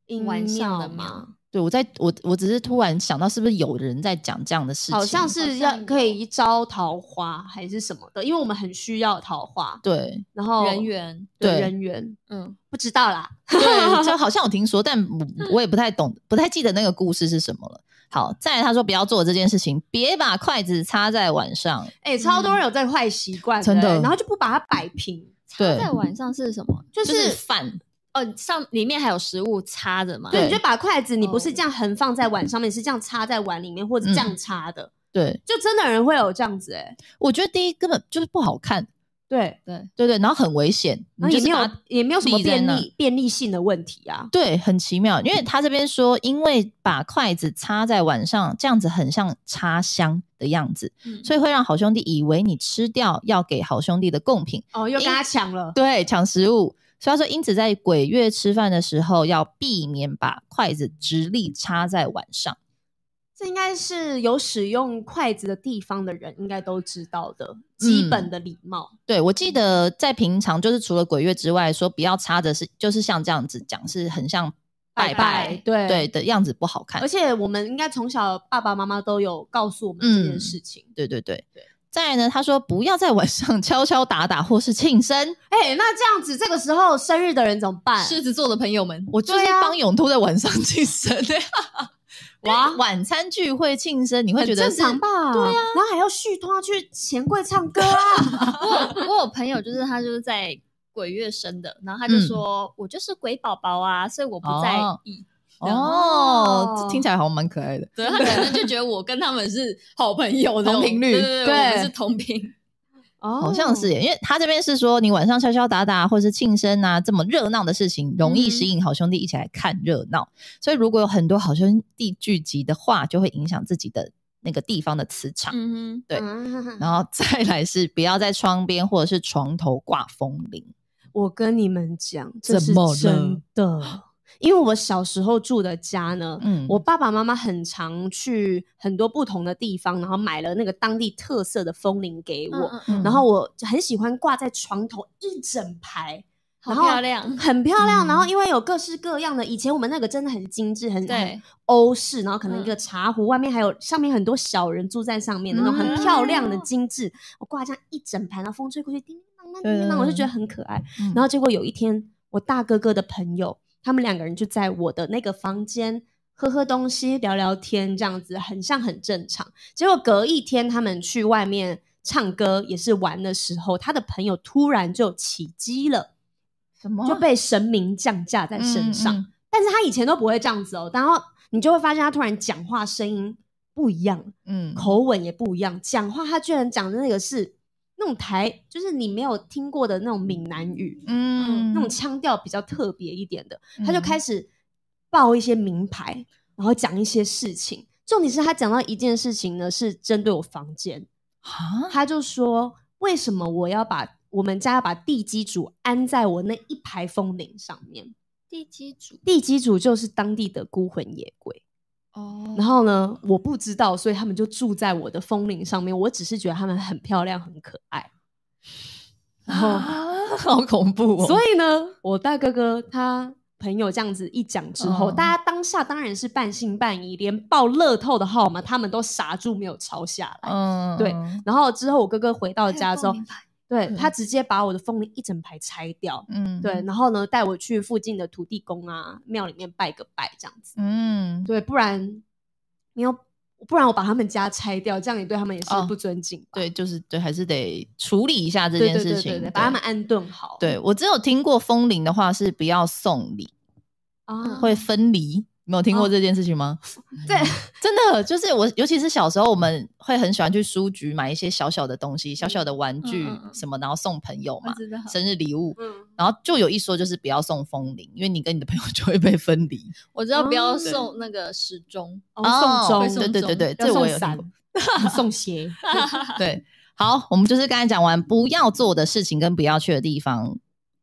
Speaker 2: 阴
Speaker 3: 嗯晚上的
Speaker 2: 庙
Speaker 3: 庙
Speaker 2: 嘛，
Speaker 1: 对我在我我只是突然想到，是不是有人在讲这样的事情？
Speaker 2: 好像是
Speaker 3: 好
Speaker 2: 要
Speaker 3: 像有
Speaker 2: 可以招桃花还是什么的，因为我们很需要桃花，
Speaker 1: 对
Speaker 2: 然后
Speaker 3: 人缘，
Speaker 1: 对
Speaker 2: 对人缘，
Speaker 3: 嗯，
Speaker 2: 不知道啦。
Speaker 1: 对，就好像有听说，但
Speaker 2: 嗯
Speaker 1: 我我也不太懂，不太记得那个故事是什么了。好，再来他说不要做这件事情，别把筷子插在碗上。
Speaker 2: 哎、超多人有这个坏习惯，
Speaker 1: 真的
Speaker 2: 欸然后就不把它摆平，
Speaker 1: 对，
Speaker 3: 在晚上是什么？
Speaker 2: 就
Speaker 1: 就是是饭，
Speaker 3: 哦，上里面还有食物插着嘛？
Speaker 2: 对，
Speaker 1: 对
Speaker 2: 你就把筷子，你不是
Speaker 3: 哦
Speaker 2: 这样横放在碗上面，是这样插在碗里面，或者这样插的，
Speaker 1: 对
Speaker 2: 就真的有人会有这样子哎、欸
Speaker 1: 我觉得第一根本就是不好看，
Speaker 2: 对，
Speaker 3: 对，
Speaker 1: 对对，然后很危险，
Speaker 2: 然
Speaker 1: 你
Speaker 2: 后啊也没
Speaker 1: 就是
Speaker 2: 有
Speaker 1: 把它
Speaker 2: 也没有什么
Speaker 1: 立在
Speaker 2: 便
Speaker 1: 那
Speaker 2: 利便利性的问题啊，
Speaker 1: 对，很奇妙，因为他这边说，因为把筷子插在碗上，这样子很像插香的样子，
Speaker 3: 嗯
Speaker 1: 所以会让好兄弟以为你吃掉要给好兄弟的贡品，
Speaker 2: 哦，又跟他抢了，
Speaker 1: 对，抢食物。所以他说，因此在鬼月吃饭的时候，要避免把筷子直立插在碗上。
Speaker 2: 这应该是有使用筷子的地方的人应该都知道的基
Speaker 1: 嗯
Speaker 2: 本的礼貌。
Speaker 1: 对我记得在平常就是除了鬼月之外，说不要插着是就是像这样子讲，是很像拜
Speaker 3: 拜
Speaker 2: 对
Speaker 1: 对的样子不好看
Speaker 2: 而。且我们应该从小爸爸妈妈都有告诉我们这
Speaker 1: 嗯
Speaker 2: 件事情。
Speaker 1: 对对对再来呢，他说不要在晚上 敲敲打打或是庆生。
Speaker 2: 哎、那这样子，这个时候生日的人怎么办？
Speaker 3: 狮子座的朋友们，
Speaker 1: 我就是
Speaker 2: 对啊
Speaker 1: 帮永兔在晚上庆生的、
Speaker 2: 哇
Speaker 1: 哇，晚餐聚会庆生，你会
Speaker 2: 很
Speaker 1: 觉得
Speaker 2: 正
Speaker 1: 是啊
Speaker 2: 常吧？对呀、然后还要续托去钱柜唱歌 啊。
Speaker 3: 我有朋友就是他就是在鬼月生的，然后他就说、我就是鬼宝宝啊，所以我不在意。
Speaker 1: 哦，
Speaker 2: 哦
Speaker 1: 这听起来好像蛮可爱的。
Speaker 3: 对他可能就觉得我跟他们是好朋友这
Speaker 1: 同
Speaker 3: 种，
Speaker 1: 频率
Speaker 3: 对对对，我
Speaker 2: 对
Speaker 3: 们是同频。
Speaker 2: 哦
Speaker 1: 好像是耶，因为他这边是说，你晚上敲敲打打或是庆生啊，这么热闹的事情，容
Speaker 2: 嗯
Speaker 1: 易吸引好兄弟一起来看热闹。所以如果有很多好兄弟聚集的话，就会影响自己的那个地方的磁场。
Speaker 3: 嗯哼，
Speaker 1: 对
Speaker 2: 嗯
Speaker 1: 然后再来是不要在窗边或者是床头挂风铃。
Speaker 2: 我跟你们讲，这是
Speaker 1: 怎么了
Speaker 2: 真的。因为我小时候住的家呢，
Speaker 1: 嗯，
Speaker 2: 我爸爸妈妈很常去很多不同的地方，然后买了那个当地特色的风铃给我，
Speaker 3: 嗯嗯嗯
Speaker 2: 然后我就很喜欢挂在床头一整排，
Speaker 3: 好
Speaker 2: 然后
Speaker 3: 漂亮，
Speaker 2: 很漂亮。
Speaker 1: 嗯
Speaker 2: 然后因为有各式各样的，以前我们那个真的很精致，很
Speaker 3: 对
Speaker 2: 很，欧式，然后可能一
Speaker 3: 嗯
Speaker 2: 个茶壶，外面还有上面很多小人住在上面的那种很
Speaker 1: 嗯
Speaker 2: 漂亮的精致，我挂这样一整盘，然后风吹过去，叮叮当当，叮叮当，
Speaker 1: 对
Speaker 2: 我就觉得很可爱。
Speaker 1: 嗯
Speaker 2: 然后结果有一天，我大哥哥的朋友，他们两个人就在我的那个房间喝喝东西、聊聊天，这样子很像很正常。结果隔一天，他们去外面唱歌也是玩的时候，他的朋友突然就起机了，
Speaker 1: 什么
Speaker 2: 就被神明降驾在身上。
Speaker 1: 哦嗯嗯
Speaker 2: 但是他以前都不会这样子哦，然后你就会发现他突然讲话声音不一样，
Speaker 1: 嗯
Speaker 2: 口吻也不一样，讲话他居然讲的那个是那种台，就是你没有听过的那种闽南语，
Speaker 1: 嗯
Speaker 2: 那种腔调比较特别一点的，
Speaker 1: 嗯
Speaker 2: 他就开始报一些名牌，然后讲一些事情。重点是他讲到一件事情呢，是针对我房间，
Speaker 1: 啊，
Speaker 2: 他就说为什么我要把我们家要把地基主安在我那一排风铃上面？
Speaker 3: 地基主
Speaker 2: 地基主就是当地的孤魂野鬼。
Speaker 3: 哦
Speaker 2: 然后呢，我不知道，所以他们就住在我的风铃上面。我只是觉得他们很漂亮，很可爱。然后
Speaker 1: 啊 好恐怖哦。
Speaker 2: 所
Speaker 1: 以
Speaker 2: 以呢，我大哥哥他朋友这样子一讲之后，
Speaker 1: 嗯
Speaker 2: 大家当下当然是半信半疑，连报乐透的号码他们都傻住，没有抄下来。
Speaker 1: 嗯
Speaker 2: 对然后之后我哥哥回到
Speaker 3: 到
Speaker 2: 家之后，对
Speaker 1: 嗯
Speaker 2: 他直接把我的风铃一整排拆掉，
Speaker 1: 嗯
Speaker 2: 对，，然后呢带我去附近的土地公啊庙里面拜个拜这样子，
Speaker 1: 嗯
Speaker 2: 对，不然没有，不然我把他们家拆掉，这样也对他们也是
Speaker 1: 哦
Speaker 2: 不尊敬吧、
Speaker 1: 对，就是对，还是得处理一下这
Speaker 2: 对
Speaker 1: 件
Speaker 2: 对
Speaker 1: 事
Speaker 2: 对
Speaker 1: 情，
Speaker 2: 对对，把他嗯们安顿好。
Speaker 1: 对我只有听过风铃的话是不要送礼，
Speaker 2: 啊，
Speaker 1: 会分离。没有听过
Speaker 2: 哦
Speaker 1: 这件事情吗？
Speaker 2: 对，
Speaker 1: 真的就是我，尤其是小时候，我们会很喜欢去书局买一些小小的东西，小小的玩具
Speaker 3: 嗯嗯嗯
Speaker 1: 什么，然后送朋
Speaker 2: 哦
Speaker 1: 友
Speaker 3: 我
Speaker 1: 嘛，
Speaker 3: 知道，
Speaker 1: 生日礼物。
Speaker 2: 嗯，
Speaker 1: 然后就有一说就是不要送风铃，因为你跟你的朋友就会被分离。
Speaker 3: 我知道不要
Speaker 2: 哦
Speaker 3: 送那个时钟，
Speaker 2: 哦，
Speaker 1: 哦
Speaker 2: 送
Speaker 3: 会
Speaker 2: 钟
Speaker 1: 对对对对，
Speaker 2: 要
Speaker 1: 这我
Speaker 2: 送
Speaker 1: 有听
Speaker 2: 伞
Speaker 1: 过。，
Speaker 2: 送 鞋，
Speaker 1: 对，好，我们就是刚才讲完不要做的事情跟不要去的地方。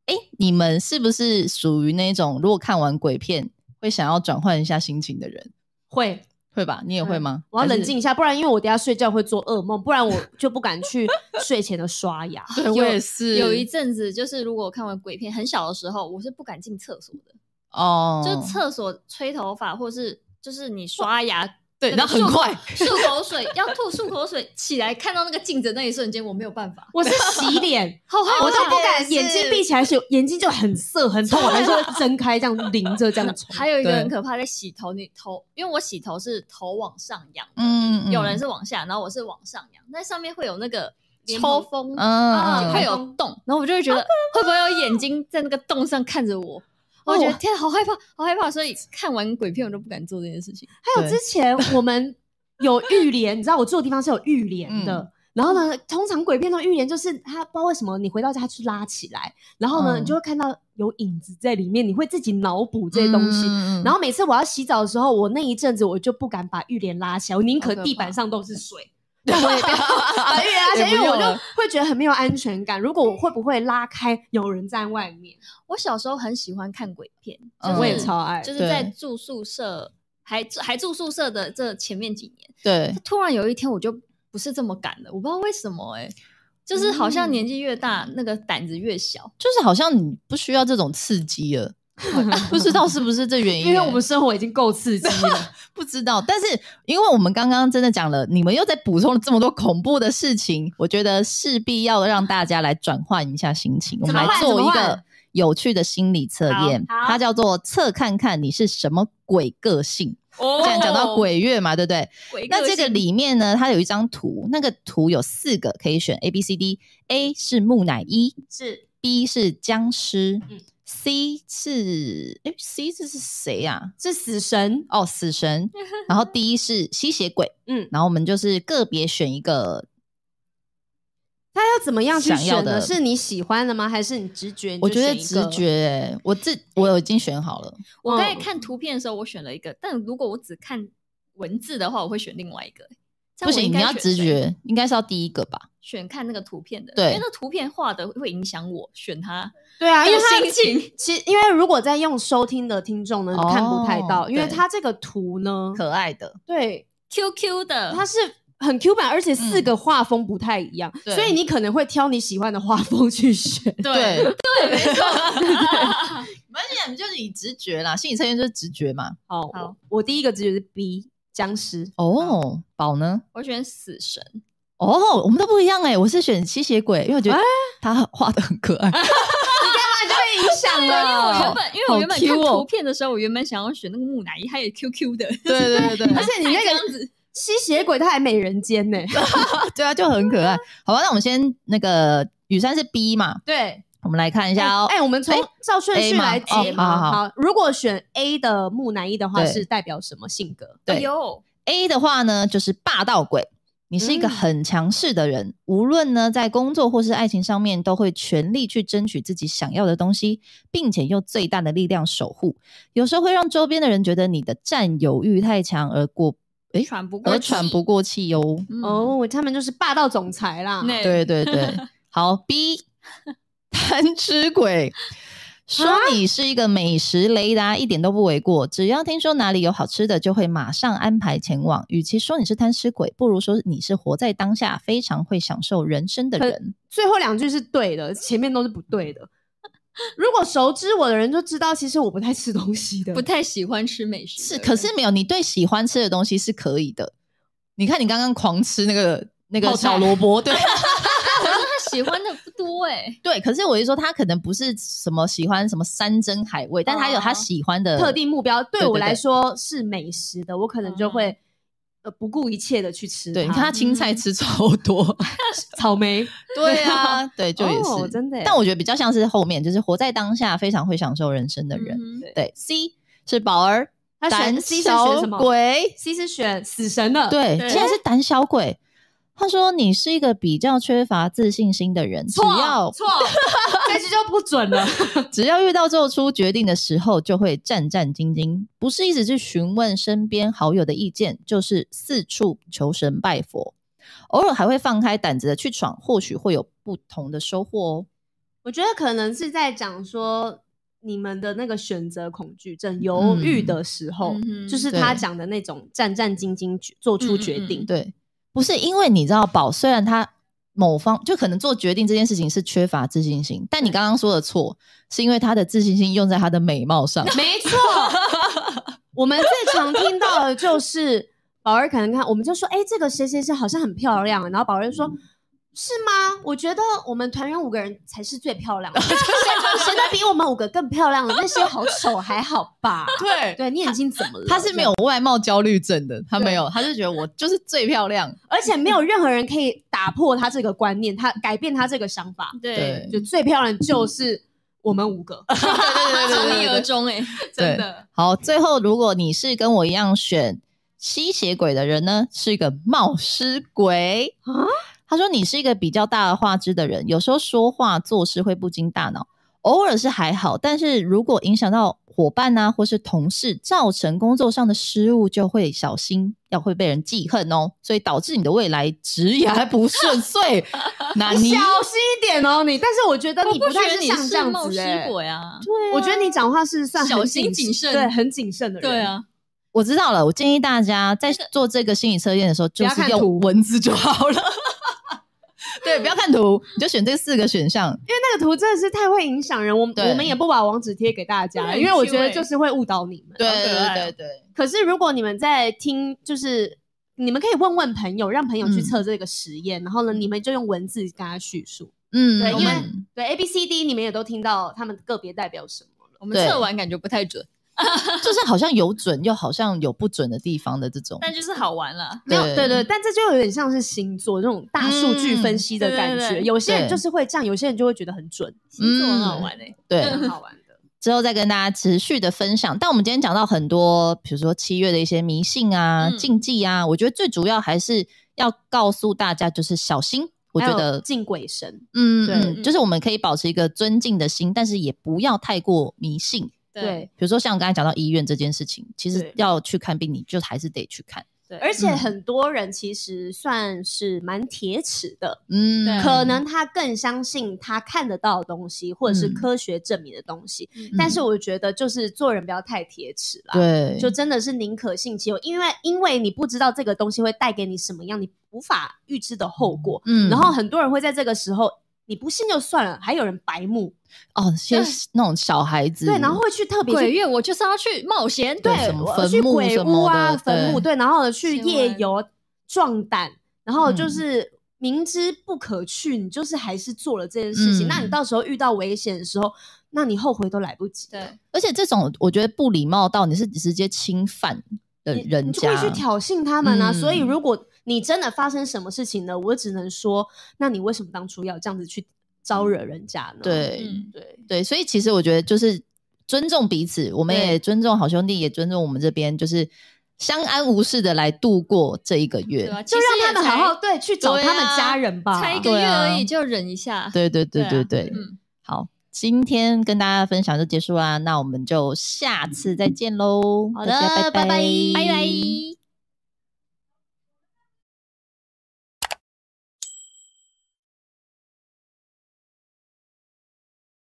Speaker 1: 哎，你们是不是属于那种如果看完鬼片会想要转换一下心情的人？
Speaker 2: 会
Speaker 1: 会吧？你也会
Speaker 2: 嗯
Speaker 1: 吗？
Speaker 2: 我要
Speaker 1: 还是
Speaker 2: 冷静一下，不然因为我等一下睡觉会做噩梦，不然我就不敢去睡前的刷牙。
Speaker 1: 对我
Speaker 3: 有
Speaker 1: 也是，
Speaker 3: 有一阵子就是，如果我看完鬼片，很小的时候，我是不敢进厕所的，
Speaker 1: 哦，
Speaker 3: 就厕所吹头发，或是就是你刷牙。
Speaker 1: 对，
Speaker 3: 那
Speaker 1: 然
Speaker 3: 个
Speaker 1: 后很
Speaker 3: 漱口
Speaker 1: 快，
Speaker 3: 漱口水要吐漱口水，起来看到那个镜子那一瞬间，我没有办法，，
Speaker 2: 我是洗脸
Speaker 3: 好害怕
Speaker 2: 我都不
Speaker 1: 我也
Speaker 2: 敢，
Speaker 1: 哦是
Speaker 2: 眼睛闭起来是眼睛就很涩很痛，我还是 会睁开这样淋着这样冲。
Speaker 3: 还有一个
Speaker 1: 对
Speaker 3: 很可怕，在洗头，你头，因为我洗头是头往上仰，
Speaker 1: 嗯，嗯
Speaker 3: 有人是往下，然后我是往上仰，那上面会有那个
Speaker 2: 帘
Speaker 3: 抽
Speaker 2: 蓬
Speaker 3: 风，
Speaker 2: 啊
Speaker 1: 嗯，
Speaker 3: 会
Speaker 1: 嗯
Speaker 3: 啊有啊洞，然后我就会觉得 会不会有眼睛在那个洞上看着我，我觉得
Speaker 2: 哦
Speaker 3: 天啊，好害怕，好害怕，所以看完鬼片我都不敢做这件事情。
Speaker 2: 还有
Speaker 1: 对
Speaker 2: 之前我们有浴帘，你知道我住的地方是有浴帘的。
Speaker 1: 嗯
Speaker 2: 然后呢，通常鬼片的浴帘就是它不知道为什么你回到家去拉起来，然后呢、
Speaker 1: 嗯
Speaker 2: 你就会看到有影子在里面，你会自己脑补这些东西。
Speaker 1: 嗯嗯嗯
Speaker 2: 然后每次我要洗澡的时候，我那一阵子我就不敢把浴帘拉起来，我宁可
Speaker 1: 好可怕
Speaker 2: 地板上都是 水，但我也不要把浴帘拉起来，
Speaker 1: 也
Speaker 2: 因
Speaker 1: 不
Speaker 2: 为我
Speaker 1: 用
Speaker 2: 就
Speaker 1: 了
Speaker 2: 会觉得很没有安全感。如果我会不会拉开有人在外面，
Speaker 3: 我小时候很喜欢看鬼片，
Speaker 1: 嗯
Speaker 3: 就是
Speaker 2: 我也超爱。
Speaker 3: 就是
Speaker 1: 对
Speaker 3: 在住宿舍，还住还住宿舍的这前面几年，
Speaker 1: 对，
Speaker 3: 突然有一天我就不是这么敢了，我不知道为什么哎、就是好像
Speaker 2: 嗯
Speaker 3: 年纪越大，那个胆子越小。
Speaker 1: 就是好像你不需要这种刺激 了，不知道是不是这原因欸？
Speaker 2: 因为我们生活已经够刺激了，
Speaker 1: 不知道，但是因为我们刚刚真的讲了，你们又在补充了这么多恐怖的事情，我觉得势必要让大家来转换一下心情，我
Speaker 2: 怎
Speaker 1: 们
Speaker 2: 么
Speaker 1: 来
Speaker 2: 换
Speaker 1: 做
Speaker 2: 怎
Speaker 1: 一
Speaker 2: 么
Speaker 1: 个
Speaker 2: 换
Speaker 1: 有趣的心理测验，
Speaker 3: 好好
Speaker 1: 它叫做“测看看你是什么鬼个性”。
Speaker 3: 哦
Speaker 1: 既然讲到鬼月嘛，对不对？
Speaker 3: 鬼个
Speaker 1: 那
Speaker 3: 性，
Speaker 1: 这个里面呢，它有一张图，那个图有四个可以选 A、B、C、D。A 是木乃伊，
Speaker 2: 是
Speaker 1: B 是僵尸、
Speaker 2: 嗯
Speaker 1: c 是哎 C 这是谁呀、
Speaker 2: 是死神，
Speaker 1: 哦，死神。然后 D 是吸血鬼，
Speaker 2: 嗯，
Speaker 1: 然后我们就是个别选一个，
Speaker 2: 他要怎么样去
Speaker 1: 想要
Speaker 2: 选
Speaker 1: 的
Speaker 2: 呢？是你喜欢的吗？还是你直觉？你就
Speaker 1: 我觉得
Speaker 2: 选一个
Speaker 1: 直觉、欸，我自我已经选好了。
Speaker 3: 我刚才
Speaker 2: 嗯
Speaker 3: 看图片的时候，我选了一个，但如果我只看文字的话，我会选另外一个。这样
Speaker 1: 不
Speaker 3: 我应
Speaker 1: 行，
Speaker 3: 该
Speaker 1: 你要
Speaker 3: 选
Speaker 1: 直
Speaker 3: 谁，
Speaker 1: 觉，应该是要第一个吧？
Speaker 3: 选看那个图片的，
Speaker 1: 对
Speaker 3: 因为那图片画的会影响我选它
Speaker 2: 对啊，因为
Speaker 3: 的
Speaker 2: 他
Speaker 3: 心情。
Speaker 2: 其实因为如果在用收听的听众呢，
Speaker 1: 哦
Speaker 2: 看不太到，因为
Speaker 1: 对
Speaker 2: 它这个图呢，
Speaker 1: 可爱的，
Speaker 2: 对，
Speaker 3: Q Q
Speaker 1: 嗯
Speaker 3: 的，
Speaker 2: 它是很 Q 版，而且四个画风不太一样，
Speaker 1: 对
Speaker 2: 所以你可能会挑你喜欢的画风去选。
Speaker 1: 对对，没错。没关系啊，你就是以直觉啦，心理测验就是直觉嘛。
Speaker 2: 好，
Speaker 3: 好
Speaker 2: 我第一个直觉是 B 僵尸，
Speaker 1: 哦，宝呢？
Speaker 3: 我选死神。
Speaker 1: 哦，我们都不一样哎、我是选吸血鬼，因为我觉得
Speaker 2: 哎
Speaker 1: 他画的很可爱。
Speaker 2: 那就被影响
Speaker 3: 我原
Speaker 2: 了。
Speaker 3: 本因为我原本
Speaker 1: 好
Speaker 3: 看
Speaker 1: Q 哦
Speaker 3: 图片的时候，我原本想要选那个木乃伊，还有 Q Q 的，
Speaker 1: 对对对
Speaker 2: 而且你那
Speaker 3: 还这样
Speaker 2: 个
Speaker 3: 子
Speaker 2: 吸血鬼，他还美人尖呢、
Speaker 1: 对啊，就很可爱。好吧，那我们先那个雨山是 B 嘛，
Speaker 2: 对，
Speaker 1: 我们来看一下哦。
Speaker 2: 哎、我们从
Speaker 1: 哎
Speaker 2: 照顺
Speaker 1: A
Speaker 2: 序
Speaker 1: 吗
Speaker 2: 来
Speaker 1: 哦
Speaker 2: 解
Speaker 1: 好好好
Speaker 2: 如果选 A 的木乃伊的话，
Speaker 1: 对
Speaker 2: 是代表什么性格？
Speaker 1: 对
Speaker 3: 哎呦，
Speaker 1: A 的话呢，就是霸道鬼，你是一个
Speaker 2: 嗯
Speaker 1: 很强势的人，无论呢在工作或是爱情上面，都会全力去争取自己想要的东西，并且用最大的力量守护。有时候会让周边的人觉得你的占有欲太强而过，哎、
Speaker 3: 喘不过
Speaker 1: 而
Speaker 3: 气
Speaker 1: 喘不过气哟、
Speaker 3: 嗯
Speaker 2: 哦，他们就是霸道总裁啦。
Speaker 1: 嗯
Speaker 3: 那
Speaker 1: 对对对，好 B，贪吃鬼。
Speaker 2: 啊
Speaker 1: 说你是一个美食雷达一点都不为过，只要听说哪里有好吃的，就会马上安排前往。与其说你是贪吃鬼，不如说你是活在当下，非常会享受人生的人。
Speaker 2: 最后两句是对的，前面都是不对的。如果熟知我的人就知道，其实我不太吃东西的。
Speaker 3: 不太喜欢吃美食的
Speaker 1: 是，
Speaker 3: 人。
Speaker 1: 可是没有，你对喜欢吃的东西是可以的。你看你刚刚狂吃那个那个
Speaker 2: 泡菜
Speaker 1: 小萝 卜，对
Speaker 3: 他喜欢的不多哎，
Speaker 1: 对。可是我就说他可能不是什么喜欢什么山珍海味，但他有他
Speaker 3: 哦
Speaker 1: 喜欢的
Speaker 2: 特定目标呃对
Speaker 1: 对
Speaker 2: 我
Speaker 1: 对
Speaker 2: 来说是美食的，我可能就会呃不顾一切的去吃它。
Speaker 1: 对，你看他青菜
Speaker 3: 嗯
Speaker 1: 吃超多。
Speaker 2: 草莓，
Speaker 1: 对啊，对，就也是、
Speaker 2: 哦真的耶
Speaker 1: 但我觉得比较像是后面，就是活在当下，非常会享受人生的人。
Speaker 3: 嗯哼
Speaker 1: 对，C 是宝儿，
Speaker 2: 他选
Speaker 1: 胆
Speaker 2: C 是选
Speaker 1: 小
Speaker 2: 什么呃
Speaker 1: 鬼，
Speaker 2: C 是选死神的，，
Speaker 1: 对，
Speaker 3: 对
Speaker 1: 竟然是胆小鬼。他说你是一个比较缺乏自信心的人，只
Speaker 2: 错
Speaker 1: 要
Speaker 2: 错，这句就不准了。
Speaker 1: 只要遇到做出决定的时候，就会战战兢兢，不是一直去询问身边好友的意见，就是四处求神拜佛。偶尔还会放开胆子的去闯，或许会有不同的收获哦。
Speaker 2: 我觉得可能是在讲说，你们的那个选择恐惧症、犹豫的时候，
Speaker 3: 嗯哼
Speaker 2: 就是他
Speaker 1: 对
Speaker 2: 讲的那种战战兢兢决做出决定。
Speaker 3: 嗯嗯嗯
Speaker 1: 对，不是因为你知道宝，虽然他某方就可能做决定这件事情是缺乏自信心，但你刚刚说的错，是因为他的自信心用在他的美貌 上。
Speaker 2: 没错，我们最常听到的就是 宝儿可能看，我们就说，哎、这个谁谁谁好像很漂亮啊，然后宝儿就说。
Speaker 3: 嗯
Speaker 2: 是吗？我觉得我们团员五个人才是最漂亮的， 谁谁都比我们五个更漂亮了。那些好丑，还好吧？
Speaker 1: 对，
Speaker 2: 对你眼睛怎么了？
Speaker 1: 他是没有外貌焦虑症的，他没有，他就觉得我就是最漂亮。
Speaker 2: 而且没有任何人可以打破他这个观念，他改变他这个想法。
Speaker 1: 对
Speaker 3: 对，
Speaker 2: 就最漂亮就是我们五个，
Speaker 3: 他从一而终哎，
Speaker 2: 真的。
Speaker 1: 好，最后如果你是跟我一样选吸血鬼的人呢，是一个冒失鬼
Speaker 2: 啊
Speaker 1: 他说你是一个比较大而化之的人，有时候说话做事会不经大脑，偶尔是还好，但是如果影响到伙伴啊或是同事，造成工作上的失误，就会小心要会被人记恨哦，所以导致你的未来职涯不 顺遂。
Speaker 3: 啊
Speaker 1: 那
Speaker 2: 你
Speaker 1: 你
Speaker 2: 小心一点哦，你。但是我觉得你
Speaker 3: 我不觉
Speaker 2: 太
Speaker 3: 得
Speaker 2: 是
Speaker 3: 你
Speaker 2: 像这
Speaker 3: 是
Speaker 2: 样
Speaker 3: 冒
Speaker 2: 子、
Speaker 3: 失
Speaker 2: 欸，
Speaker 3: 鬼啊，
Speaker 2: 我觉得你讲话是算很
Speaker 3: 小心谨慎
Speaker 2: 对，很谨慎的人。
Speaker 3: 对，啊，
Speaker 1: 我知道了，我建议大家在做这个心理测验的时候，
Speaker 2: 不
Speaker 1: 就
Speaker 2: 要
Speaker 1: 是
Speaker 2: 看图
Speaker 1: 用文字就好 了。对，不要看图，你就选这四个选项。
Speaker 2: 因为那个图真的是太会影响人，我们
Speaker 1: 对
Speaker 2: 我们也不把网址贴给大
Speaker 3: 真
Speaker 2: 家，
Speaker 3: 的
Speaker 2: 因为我
Speaker 3: 很趣
Speaker 2: 觉得
Speaker 3: 味
Speaker 2: 就是会误导你们。
Speaker 1: 对
Speaker 3: 好可爱
Speaker 1: 对对
Speaker 3: 哦
Speaker 1: 对，
Speaker 2: 可是如果你们在听，就是你们可以问问朋友，让朋友去
Speaker 1: 嗯
Speaker 2: 测这个实验，然后
Speaker 3: 嗯
Speaker 2: 呢，你们就用文字跟他叙述。
Speaker 1: 嗯，
Speaker 2: 对
Speaker 1: 我
Speaker 2: 因为
Speaker 1: 们
Speaker 2: 对 A、B、C、D，你们也都听到他们个别代表什么了。
Speaker 3: 我们
Speaker 1: 对
Speaker 3: 测完感觉不太准，
Speaker 1: 就是好像有准，又好像有不准的地方的这种。
Speaker 3: 但就是好玩啦。
Speaker 2: 没有，
Speaker 1: 对
Speaker 2: 对对，但这就有点像是星座那种大数据分析的感觉。
Speaker 3: 嗯对对对
Speaker 2: 有些人
Speaker 1: 对
Speaker 2: 就是会这样，有些人就会觉得很准，
Speaker 3: 星座很好玩哎、
Speaker 1: 对，
Speaker 2: 很好玩的。
Speaker 1: 之后再跟大家持续的分享。但我们今天讲到很多，比如说七月的一些迷信啊、
Speaker 3: 嗯
Speaker 1: 禁忌啊，我觉得最主要还是要告诉大家，就是小心。我觉
Speaker 2: 还有
Speaker 1: 得
Speaker 2: 敬鬼神，
Speaker 1: 嗯，
Speaker 2: 对
Speaker 1: 嗯，就是我们可以保持一个尊敬的心，但是也不要太过迷信。
Speaker 2: 对，
Speaker 1: 比如说像我刚才讲到医院这件事情，其实
Speaker 2: 对
Speaker 1: 要去看病，你就还是得去看。
Speaker 3: 对，
Speaker 2: 而且
Speaker 1: 嗯
Speaker 2: 很多人其实算是蛮铁齿的，
Speaker 1: 嗯
Speaker 3: 对
Speaker 2: 可能他更相信他看得到的东西，或者是
Speaker 1: 嗯
Speaker 2: 科学证明的东西。
Speaker 3: 嗯
Speaker 2: 但是我觉得就是做人不要太铁齿啦，
Speaker 1: 对，
Speaker 2: 就真的是宁可信其有，因为因为你不知道这个东西会带给你什么样，你无法预知的后果。
Speaker 1: 嗯
Speaker 2: 然后很多人会在这个时候，你不信就算了，还有人白目，
Speaker 1: 哦，些
Speaker 3: 对
Speaker 1: 那种小孩子，
Speaker 2: 对，然后会去特别
Speaker 3: 鬼
Speaker 2: 去
Speaker 3: 月我就是要去冒险，
Speaker 1: 对
Speaker 2: 对
Speaker 1: 什么
Speaker 2: 我
Speaker 1: 坟
Speaker 2: 去
Speaker 1: 墓
Speaker 2: 鬼
Speaker 1: 什
Speaker 2: 屋
Speaker 1: 么
Speaker 2: 啊、
Speaker 1: 的
Speaker 2: 坟墓，
Speaker 1: 对
Speaker 2: 对，然后呢去
Speaker 3: 新
Speaker 2: 夜
Speaker 3: 闻
Speaker 2: 游壮胆，然后就
Speaker 1: 嗯
Speaker 2: 是明知不可去，你就是还是做了这件事情。那你
Speaker 1: 嗯
Speaker 2: 到时候遇到危险的时候，那你后悔都来不及。
Speaker 3: 对，
Speaker 1: 而且这种我觉得不礼貌到你是直接侵犯的
Speaker 2: 你
Speaker 1: 人
Speaker 2: 你就会
Speaker 1: 家，
Speaker 2: 去挑衅他们啊。所以
Speaker 1: 嗯
Speaker 2: 如果你真的发生什么事情呢，我只能说，那你为什么当初要这样子去招惹人家呢？
Speaker 1: 对
Speaker 3: 嗯，
Speaker 2: 对，
Speaker 1: 对，所以其实我觉得就是尊重彼此，我们
Speaker 2: 对
Speaker 1: 也尊重好兄弟，也尊重我们这边，就是相安无事的来度过这一个
Speaker 3: 对啊
Speaker 1: 月。
Speaker 3: 吧？
Speaker 2: 就
Speaker 3: 其实
Speaker 2: 让他
Speaker 3: 也
Speaker 2: 们好
Speaker 3: 才
Speaker 2: 好对去找
Speaker 3: 对
Speaker 2: 他们
Speaker 3: 啊
Speaker 2: 家人吧。
Speaker 3: 才一
Speaker 1: 对
Speaker 3: 个月
Speaker 1: 啊
Speaker 3: 而已，就忍一下。
Speaker 1: 对对对对
Speaker 3: 啊
Speaker 1: 对，
Speaker 3: 嗯，
Speaker 1: 好，今天跟大家分享就结束啦，那我们就下次再见喽，
Speaker 2: 好
Speaker 1: 大家
Speaker 2: 的拜拜
Speaker 1: 拜
Speaker 3: 拜拜。